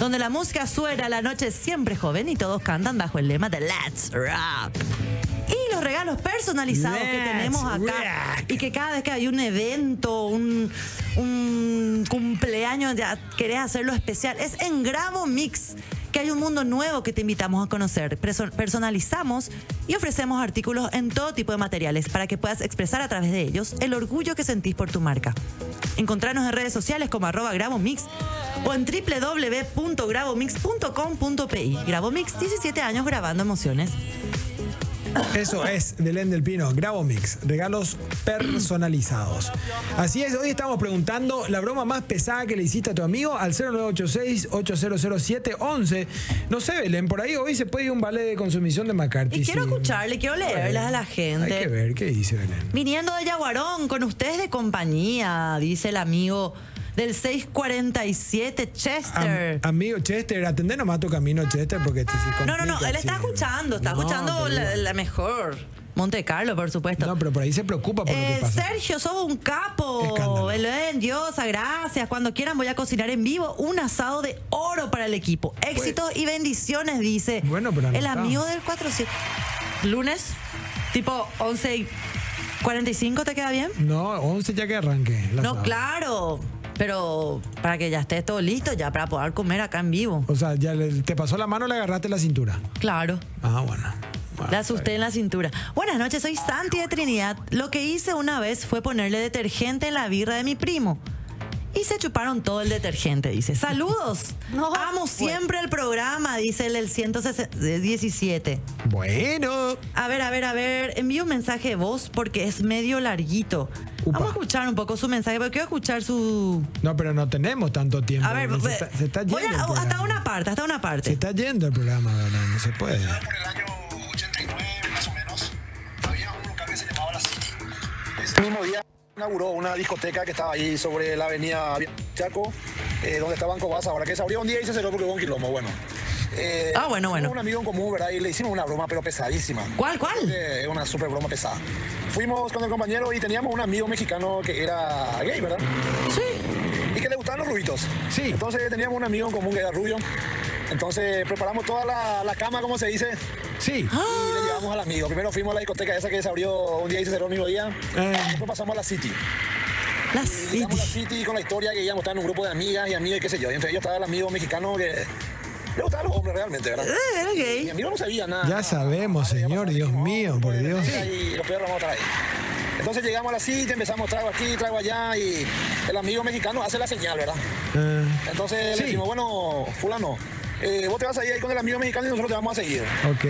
Speaker 1: donde la música suena, la noche es siempre joven y todos cantan bajo el lema de Let's Rock. Y los regalos personalizados que
Speaker 2: Let's
Speaker 1: tenemos acá.
Speaker 2: rock.
Speaker 1: Y que cada vez que hay un evento, un, un cumpleaños, ya querés hacerlo especial. Es en Gramo Mix, que hay un mundo nuevo que te invitamos a conocer. Preso- Personalizamos y ofrecemos artículos en todo tipo de materiales para que puedas expresar a través de ellos el orgullo que sentís por tu marca. Encontrarnos en redes sociales como arroba Gramo Mix o en www.grabomix.com.pi. Grabomix, 17 años grabando emociones.
Speaker 2: Eso es Belén del Pino, Grabo Mix, regalos personalizados. Así es, hoy estamos preguntando la broma más pesada que le hiciste a tu amigo al 0986-800711. No sé, Belén, por ahí hoy se puede ir un ballet de consumición de McCarthy.
Speaker 1: Y quiero
Speaker 2: sí.
Speaker 1: escucharle, quiero leerlas a la gente.
Speaker 2: Hay que ver qué dice Belén.
Speaker 1: Viniendo de Yaguarón, con ustedes de compañía, dice el amigo del 647 Chester.
Speaker 2: Am- amigo Chester, atendé nomás tu camino, Chester, porque te se
Speaker 1: no, no, no,
Speaker 2: ah, complica,
Speaker 1: él está
Speaker 2: sí.
Speaker 1: escuchando, está
Speaker 2: No,
Speaker 1: escuchando
Speaker 2: pero
Speaker 1: la,
Speaker 2: igual.
Speaker 1: la mejor. Monte Carlo, por supuesto.
Speaker 2: No, pero por ahí se preocupa por lo
Speaker 1: Eh,
Speaker 2: que pasa.
Speaker 1: Sergio, sos un capo.
Speaker 2: Escándalo.
Speaker 1: Belén, Diosa, gracias. Cuando quieran voy a cocinar en vivo un asado de oro para el equipo. Éxitos y bendiciones, dice
Speaker 2: Pues. Bueno, pero
Speaker 1: el
Speaker 2: anotá.
Speaker 1: amigo del 47. Lunes, tipo 11 y 45, ¿te queda bien?
Speaker 2: No, 11 ya que arranque. la
Speaker 1: No,
Speaker 2: sábado.
Speaker 1: claro. Pero para que ya estés todo listo ya para poder comer acá en vivo.
Speaker 2: O sea, ya le- te pasó la mano, le agarraste la cintura.
Speaker 1: Claro.
Speaker 2: Ah, bueno. Bueno,
Speaker 1: La asusté en la cintura. Buenas noches, soy Santi de Trinidad. Lo que hice una vez fue ponerle detergente en la birra de mi primo. Y se chuparon todo el detergente, dice. Saludos.
Speaker 5: No,
Speaker 1: Amo
Speaker 5: pues.
Speaker 1: siempre el programa, dice el del 117.
Speaker 2: Bueno.
Speaker 1: A ver, a ver, a ver. Envío un mensaje de voz porque es medio larguito.
Speaker 2: Upa.
Speaker 1: Vamos a escuchar un poco su mensaje, porque quiero escuchar su...
Speaker 2: No, pero no tenemos tanto tiempo.
Speaker 1: A ver,
Speaker 2: se, está, se está yendo.
Speaker 1: voy a-
Speaker 2: el programa.
Speaker 1: hasta una parte, hasta una
Speaker 2: Se
Speaker 1: parte.
Speaker 2: está yendo el programa, Belén, no se puede.
Speaker 7: por el año 89 más o menos, había un local que se llamaba La City. Ese mismo día inauguró una discoteca que estaba ahí sobre la avenida Chaco, eh, donde estaban Cobasa. Ahora que se abrió un día y se cerró porque hubo un quilombo, bueno. Eh,
Speaker 1: Ah, bueno, bueno.
Speaker 7: tengo Un amigo en común, ¿verdad? Y le hicimos una broma, pero pesadísima.
Speaker 1: ¿Cuál, cuál?
Speaker 7: Eh, una super broma pesada. Fuimos con el compañero y teníamos un amigo mexicano que era gay, ¿verdad? Sí. Y que le gustaban los rubitos.
Speaker 2: Sí.
Speaker 7: Entonces teníamos un amigo en común que era rubio. Entonces preparamos toda la, la cama, como se dice,
Speaker 2: Sí.
Speaker 1: Ah.
Speaker 7: y le llevamos al amigo. Primero fuimos a la discoteca esa que se abrió un día y se cerró el mismo día.
Speaker 2: Eh.
Speaker 7: Después pasamos a la City.
Speaker 1: La
Speaker 7: Llegamos a
Speaker 1: City.
Speaker 7: la City con la historia que íbamos a estar en un grupo de amigas y amigos, y qué sé yo. Y entre ellos estaba el amigo mexicano que le gustaban los hombres realmente, ¿verdad?
Speaker 1: Eh,
Speaker 7: Mi
Speaker 1: ok.
Speaker 7: amigo no sabía nada.
Speaker 2: Ya sabemos, señor, Dios mío, por Dios.
Speaker 7: Y los perros vamos a traer. Entonces llegamos a la cita, empezamos trago aquí, trago allá y el amigo mexicano hace la señal, ¿verdad?
Speaker 2: Eh,
Speaker 7: Entonces
Speaker 2: Sí.
Speaker 7: le decimos, bueno, fulano, eh, vos te vas a ir ahí con el amigo mexicano y nosotros te vamos a seguir.
Speaker 2: ok.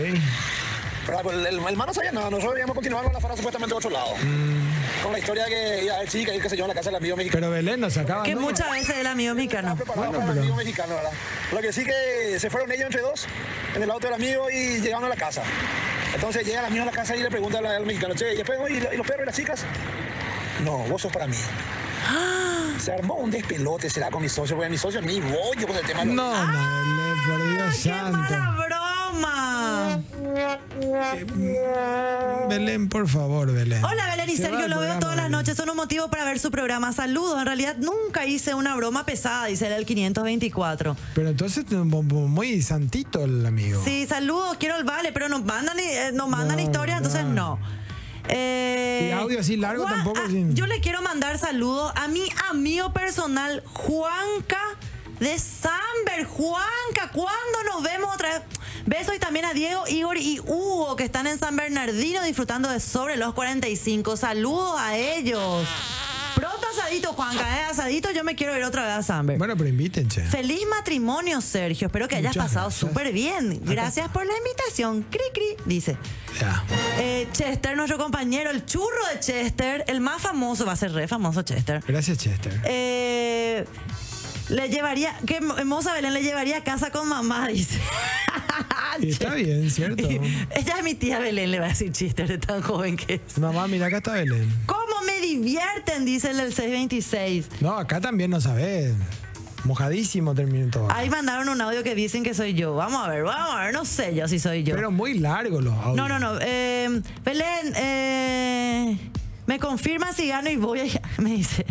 Speaker 7: ¿Verdad? Pero el, el, el man no sabía nada, nosotros debíamos continuar con la farra supuestamente a otro lado.
Speaker 2: Mm.
Speaker 7: Con la historia que ya chica y qué sé yo en la casa del amigo mexicano.
Speaker 2: Pero Belén nos acaba.
Speaker 1: Que
Speaker 2: ¿no?
Speaker 1: muchas veces el amigo mexicano.
Speaker 7: preparado
Speaker 2: Bueno,
Speaker 7: para
Speaker 2: pero-
Speaker 7: el amigo mexicano, ¿verdad? Lo que sí que se fueron ellos entre dos en el auto del amigo y llegaron a la casa. Entonces llega el amigo a la casa y le pregunta al, al mexicano, che, ¿y, después, ¿y lo- y los perros y las chicas? No, vos sos para mí.
Speaker 2: ¡Ah!
Speaker 7: Se armó un despelote, será con mi socio, porque mi socio es mi bollo con el tema. de los-
Speaker 2: No, no, Belén, por Dios
Speaker 1: Ah, ¡Qué
Speaker 2: santo. Mm.
Speaker 1: mala broma!
Speaker 2: Belén, por favor, Belén.
Speaker 1: Hola Belén y
Speaker 2: Se va
Speaker 1: Sergio,
Speaker 2: el
Speaker 1: lo veo
Speaker 2: programa,
Speaker 1: todas las
Speaker 2: Belén.
Speaker 1: noches, son un motivo para ver su programa. Saludos, en realidad nunca hice una broma pesada, dice el del 524.
Speaker 2: Pero entonces mm, mu- mu- muy santito el amigo.
Speaker 1: Sí, saludos, quiero el vale, pero nos mandan, eh, nos mandan
Speaker 2: No,
Speaker 1: historia, entonces no.
Speaker 2: no.
Speaker 1: Eh,
Speaker 2: Y audio así largo tampoco,
Speaker 1: ah,
Speaker 2: sin-
Speaker 1: Yo le quiero mandar saludos a mi amigo personal, Juanca de Samber. Juanca, ¿cuándo nos vemos otra vez? Besos y también a Diego, Igor y Hugo que están en San Bernardino disfrutando de sobre los 45. Saludos a ellos. Pronto asadito, Juanca, ¿eh? asadito. Yo me quiero ir otra vez a Samber.
Speaker 2: Bueno, pero inviten, che.
Speaker 1: Feliz matrimonio, Sergio. Espero que hayas
Speaker 2: Muchas
Speaker 1: pasado
Speaker 2: gracias.
Speaker 1: súper bien. Gracias por la invitación. Cri, cri, dice.
Speaker 2: Ya.
Speaker 1: Eh, Chester, nuestro compañero, el churro de Chester, el más famoso, va a ser re famoso Chester.
Speaker 2: Gracias, Chester.
Speaker 1: Eh, le llevaría, que Mo- Moza Belén le llevaría a casa con mamá, dice.
Speaker 2: Y está bien, ¿cierto?
Speaker 1: Ella es mi tía Belén, le va a decir Chester, de tan joven que es.
Speaker 2: Mamá, mira, acá está Belén.
Speaker 1: ¿Cómo me divierten? Dice el del 626.
Speaker 2: No, acá también no sabés. Mojadísimo terminó todo.
Speaker 1: Ahí mandaron un audio que dicen que soy yo. Vamos a ver, vamos a ver. No sé yo si soy yo.
Speaker 2: Pero muy largo los audios.
Speaker 1: No, no, no. eh, Belén, eh, me confirma si gano y voy allá. Me dice.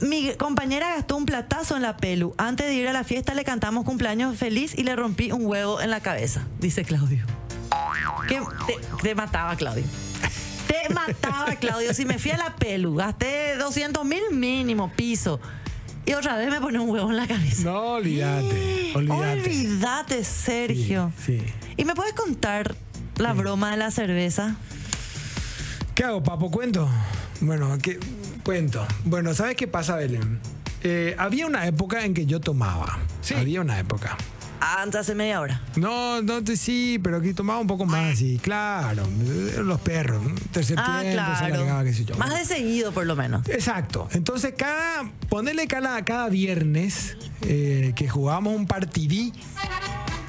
Speaker 1: Mi compañera gastó un platazo en la pelu. Antes de ir a la fiesta le cantamos cumpleaños feliz y le rompí un huevo en la cabeza, dice Claudio. Que te, te mataba, Claudio. Te mataba, Claudio. Si me fui a la pelu, gasté 200 mil mínimo piso. Y otra vez me pone un huevo en la cabeza.
Speaker 2: No, olvídate. Olvídate.
Speaker 1: Olvídate, Sergio.
Speaker 2: Sí, sí.
Speaker 1: ¿Y me puedes contar la broma de la cerveza?
Speaker 2: ¿Qué hago, papo? ¿Cuento? Bueno, ¿qué? cuento. Bueno, ¿sabes qué pasa, Belén? Eh, había una época en que yo tomaba. Sí. Había una época.
Speaker 1: Antes Ah, hace media hora.
Speaker 2: No, no te sí, pero que tomaba un poco más, sí, claro. Los perros, ¿no? tercer
Speaker 1: Ah,
Speaker 2: tiempo, se alargaba,
Speaker 1: claro.
Speaker 2: qué sé yo.
Speaker 1: Más de seguido, por lo menos.
Speaker 2: Exacto. Entonces, cada, ponele cada, cada viernes eh, que jugábamos un partidí,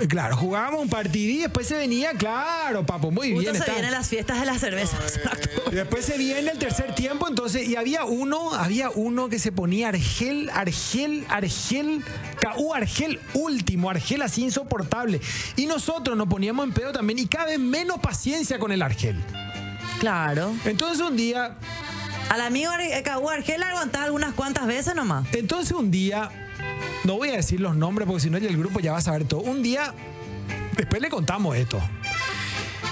Speaker 2: Claro, jugábamos un partidí, después se venía, claro, papo, muy
Speaker 1: Justo
Speaker 2: bien.
Speaker 1: se
Speaker 2: está.
Speaker 1: vienen las fiestas de las cervezas.
Speaker 2: Y Después se viene el tercer tiempo, entonces, y había uno, había uno que se ponía Argel, Argel, Argel, KU Argel último, Argel así insoportable. Y nosotros nos poníamos en pedo también, y cada vez menos paciencia con el Argel.
Speaker 1: claro.
Speaker 2: Entonces un día,
Speaker 1: Al amigo Ar- Cagú Argel la aguantás algunas cuantas veces nomás.
Speaker 2: entonces un día, no voy a decir los nombres porque si no ya el grupo ya va a saber todo. Un día, después le contamos esto.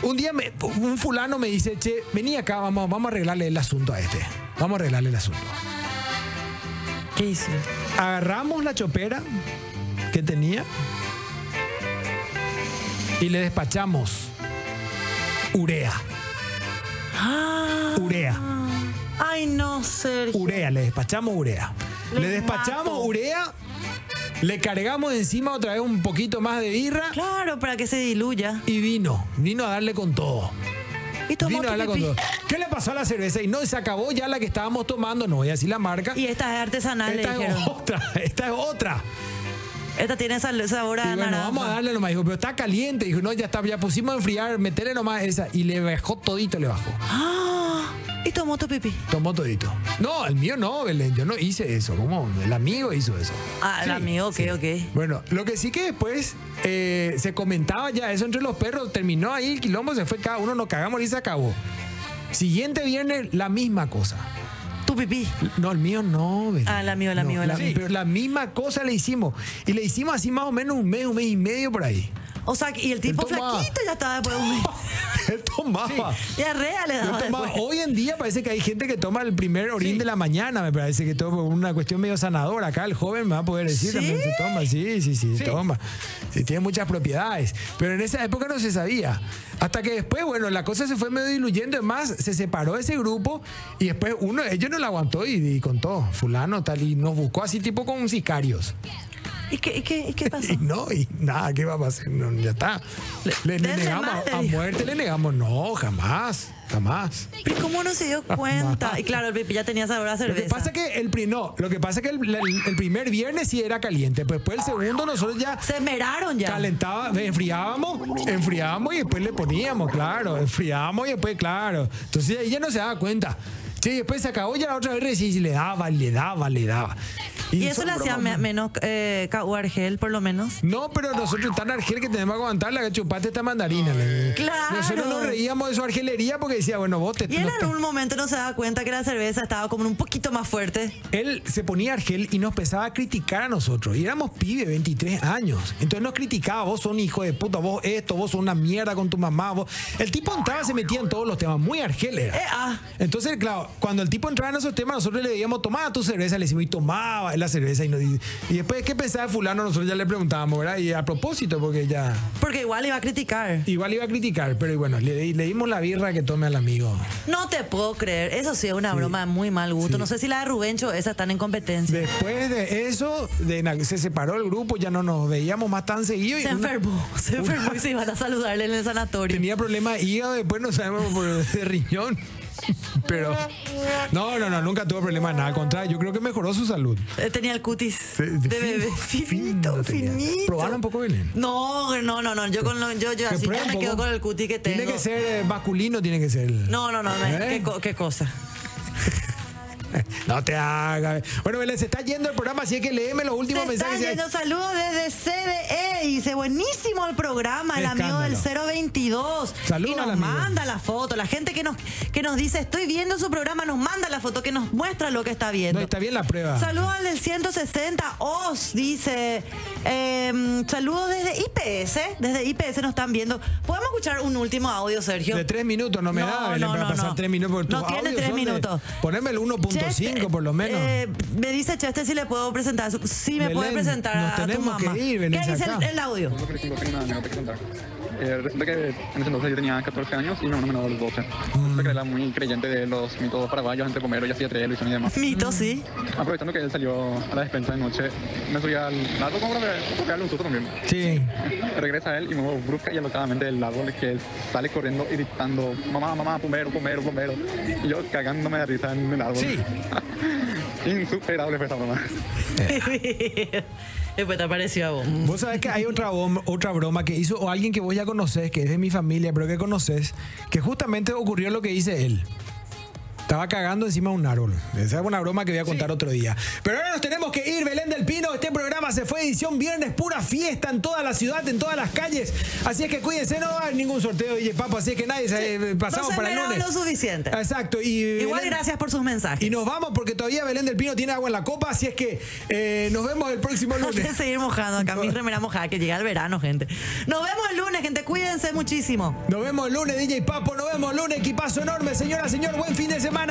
Speaker 2: Un día me- un fulano me dice, che, vení acá, vamos, vamos a arreglarle el asunto a este. Vamos a arreglarle el asunto.
Speaker 1: ¿Qué hizo?
Speaker 2: agarramos la chopera que tenía y le despachamos urea. Urea,
Speaker 1: Ay, no, Sergio.
Speaker 2: urea, le despachamos urea. Le
Speaker 1: Les
Speaker 2: despachamos
Speaker 1: mato.
Speaker 2: urea, le cargamos encima otra vez un poquito más de birra
Speaker 1: Claro, para que se diluya.
Speaker 2: y vino, vino a darle con todo.
Speaker 1: Y tomó
Speaker 2: Vino a darle con
Speaker 1: pipipi.
Speaker 2: todo. ¿Qué le pasó a la cerveza? Y no, se acabó ya la que estábamos tomando, no voy a decir la marca.
Speaker 1: Y esta es artesanal,
Speaker 2: Esta
Speaker 1: le
Speaker 2: es
Speaker 1: dijeron.
Speaker 2: otra, esta es otra.
Speaker 1: Esta tiene sal- sabor a
Speaker 2: Y bueno,
Speaker 1: naranja.
Speaker 2: vamos a darle nomás. Dijo, pero está caliente. Dijo, no, ya está, ya pusimos a enfriar, metele nomás esa. Y le bajó todito, le bajó.
Speaker 1: Ah, y tomó tu pipí.
Speaker 2: Tomó todito. No, el mío no, Belén. Yo no hice eso. ¿Cómo? El amigo hizo eso.
Speaker 1: Ah, el amigo, ok, ok.
Speaker 2: Bueno, lo que sí que después eh, se comentaba ya eso entre los perros. Terminó ahí el quilombo, se fue cada uno, nos cagamos y se acabó. Siguiente viernes, la misma cosa.
Speaker 1: Tu pipí.
Speaker 2: No, el mío no, Belén.
Speaker 1: Ah, el mío, el
Speaker 2: No,
Speaker 1: mío, el
Speaker 2: la-
Speaker 1: mío.
Speaker 2: Pero la misma cosa le hicimos. Y le hicimos así más o menos un mes, un mes y medio por ahí.
Speaker 1: O sea, y el tipo
Speaker 2: tomaba.
Speaker 1: flaquito ya estaba después de un mes.
Speaker 2: Él tomaba.
Speaker 1: Diarrea le
Speaker 2: Yo
Speaker 1: daba
Speaker 2: tomaba-
Speaker 1: después.
Speaker 2: hoy en día parece que hay gente que toma el primer orín de la mañana, me parece que todo por una cuestión medio sanadora. Acá el joven me va a poder decir
Speaker 1: ¿Sí?
Speaker 2: también se toma, sí, sí, sí, se
Speaker 4: Sí.
Speaker 2: toma. Sí, tiene muchas propiedades. Pero en esa época no se sabía. Hasta que después, bueno, la cosa se fue medio diluyendo. Es más, se separó ese grupo y después uno, ellos no la aguantó y, y contó, fulano, tal, y nos buscó así tipo con sicarios.
Speaker 1: ¿Y qué, y qué, y qué pasó?
Speaker 2: Y no, y nada, ¿qué va a pasar? No, ya está. Le, le
Speaker 1: denle
Speaker 2: negamos,
Speaker 1: más, le
Speaker 2: a, a
Speaker 1: dijo.
Speaker 2: muerte le negamos. No, jamás, jamás.
Speaker 1: Pero ¿y ¿cómo no se dio cuenta? Y claro, el pipí ya tenía sabor a
Speaker 2: Ah, Lo
Speaker 1: cerveza.
Speaker 2: que pasa que el pri- no, lo que pasa que el, el- el primer viernes sí era caliente, pues después el segundo nosotros ya
Speaker 1: Se esmeraron ya.
Speaker 2: calentaba, enfriábamos, enfriábamos y después le poníamos, claro, enfriábamos y después claro. Entonces ella no se daba cuenta. Sí, después se acabó ya la otra vez y le daba, le daba, le daba.
Speaker 1: Y eso le hacía me-
Speaker 2: broma.
Speaker 1: menos eh, Cagú Argel, por lo menos.
Speaker 2: No, pero nosotros tan argel que tenemos que aguantar la chupate esta mandarina. le-
Speaker 1: Claro.
Speaker 2: Nosotros nos reíamos de su argelería porque decía, bueno, vos te...
Speaker 1: Y él
Speaker 2: no te-
Speaker 1: en un momento no se daba cuenta que la cerveza estaba como un poquito más fuerte.
Speaker 2: Él se ponía argel y nos empezaba a criticar a nosotros. Y éramos pibe, 23 años. Entonces nos criticaba, vos son hijo de puta, vos esto, vos son una mierda con tu mamá. Vos. El tipo entraba, se metía en todos los temas, muy argel era.
Speaker 1: Eh, ah.
Speaker 2: Entonces, claro, cuando el tipo entraba en esos temas, nosotros le decíamos, tomaba tu cerveza, le decimos, y tomaba la cerveza. Y, nos, y, y después, ¿qué pensaba fulano? Nosotros ya le preguntábamos, ¿verdad? Y a propósito, porque ya...
Speaker 1: Porque igual iba a criticar.
Speaker 2: Igual iba a criticar, pero y bueno, le, le dimos la birra que tome al amigo.
Speaker 1: No te puedo creer. Eso sí es una broma de muy mal gusto. No sé si la de Rubencho, esa están en competencia.
Speaker 2: Después de eso, de na- se separó el grupo, ya no nos veíamos más tan seguido. y
Speaker 1: Se
Speaker 2: una-
Speaker 1: enfermó, se enfermó y se iban a saludarle en el sanatorio.
Speaker 2: Tenía problemas de hígado, después no sabemos por de riñón. Pero no, no, no, nunca tuvo problemas nada. Al contrario, yo creo que mejoró su salud.
Speaker 1: Eh, Tenía el cutis
Speaker 2: de
Speaker 1: de bebé.
Speaker 2: fin-
Speaker 1: Finito,
Speaker 2: fino tenía.
Speaker 1: finito.
Speaker 2: ¿Probaron un poco, Belén?
Speaker 1: No, no, no, no. Yo con lo- yo, yo
Speaker 2: Que
Speaker 1: así
Speaker 2: pruebe
Speaker 1: ya
Speaker 2: un
Speaker 1: me
Speaker 2: poco.
Speaker 1: quedo con el cutis que tengo.
Speaker 2: Tiene que ser eh, masculino, tiene que ser.
Speaker 1: No, no, no, no,
Speaker 2: ¿Eh?
Speaker 1: qué, co- qué cosa.
Speaker 2: No te hagas. Bueno, Belén, se está yendo el programa, así es que léeme los
Speaker 1: Se
Speaker 2: últimos
Speaker 1: están
Speaker 2: mensajes.
Speaker 1: yendo saludos desde CDE. Dice, buenísimo el programa, el amigo del
Speaker 2: Escándalo.
Speaker 1: 022.
Speaker 2: Saludos
Speaker 1: y nos
Speaker 2: al amigo.
Speaker 1: manda la foto. La gente que nos, que nos dice, estoy viendo su programa, nos manda la foto, que nos muestra lo que está
Speaker 2: No,
Speaker 1: viendo.
Speaker 2: está bien la prueba.
Speaker 1: Saludos al del 160, Os dice, em, saludos desde IPS, desde IPS nos están viendo. ¿Podemos escuchar un último audio, Sergio?
Speaker 2: De tres minutos, no me
Speaker 1: No,
Speaker 2: da, Belén,
Speaker 1: no,
Speaker 2: para
Speaker 1: no,
Speaker 2: pasar
Speaker 1: no.
Speaker 2: tres minutos. porque
Speaker 1: No
Speaker 2: tus
Speaker 1: tiene
Speaker 2: audios
Speaker 1: tres
Speaker 2: son de-
Speaker 1: minutos.
Speaker 2: Poneme el 1.5 por lo menos.
Speaker 1: Eh, me dice Chester si le puedo presentar. su- Si me
Speaker 2: Belén,
Speaker 1: puede presentar
Speaker 2: nos
Speaker 1: a tu
Speaker 2: tenemos que
Speaker 1: mamá.
Speaker 2: ir,
Speaker 1: ¿Qué
Speaker 2: Belén,
Speaker 1: dice el,
Speaker 2: acá.
Speaker 1: el audio?
Speaker 5: Yo creo que tengo que una anécdota que contar. Eh, resulta que en ese entonces yo tenía 14 años y mi hermano menor de los 12. Resulta que era muy creyente de los mitos paraguayos, entre Pomero y hacía Trello y demás.
Speaker 1: Mito, sí.
Speaker 5: Aprovechando que él salió a la despensa de noche, me subí al árbol como para para pegarle un susto también.
Speaker 2: Sí.
Speaker 5: Regresa él y me muevo brusca y alocadamente del árbol que él sale corriendo y gritando mamá, mamá, pomero, pomero, pomero. Y yo cagándome de risa en el árbol.
Speaker 2: Sí.
Speaker 5: Insuperable fue esa mamá.
Speaker 1: Después te apareció a vos.
Speaker 2: Vos sabés que hay otra, bom- otra broma que hizo, o alguien que vos ya conocés, que es de mi familia, pero que conoces, que justamente ocurrió lo que dice él. Estaba cagando encima de un árbol. Esa es una broma que voy a contar otro día. Pero ahora nos tenemos que ir, Belén del Pino. Este programa se fue edición viernes, pura fiesta en toda la ciudad, en todas las calles. Así es que cuídense, no hay ningún sorteo, DJ Papo, así es que nadie se eh, pasamos
Speaker 1: No se
Speaker 2: para el
Speaker 1: esperaron
Speaker 2: lunes.
Speaker 1: lo suficiente.
Speaker 2: Exacto. Y
Speaker 1: Igual
Speaker 2: Belén-
Speaker 1: gracias por sus mensajes.
Speaker 2: Y nos vamos porque todavía Belén del Pino tiene agua en la copa, así es que eh, nos vemos el próximo
Speaker 1: No te
Speaker 2: lunes.
Speaker 1: seguir mojando acá, mi remera mojada, que llega el verano, gente. Nos vemos el lunes, gente. Cuídense muchísimo.
Speaker 2: Nos vemos el lunes, DJ Papo. Nos vemos el lunes, equipazo enorme, señora, señor. Buen fin de semana.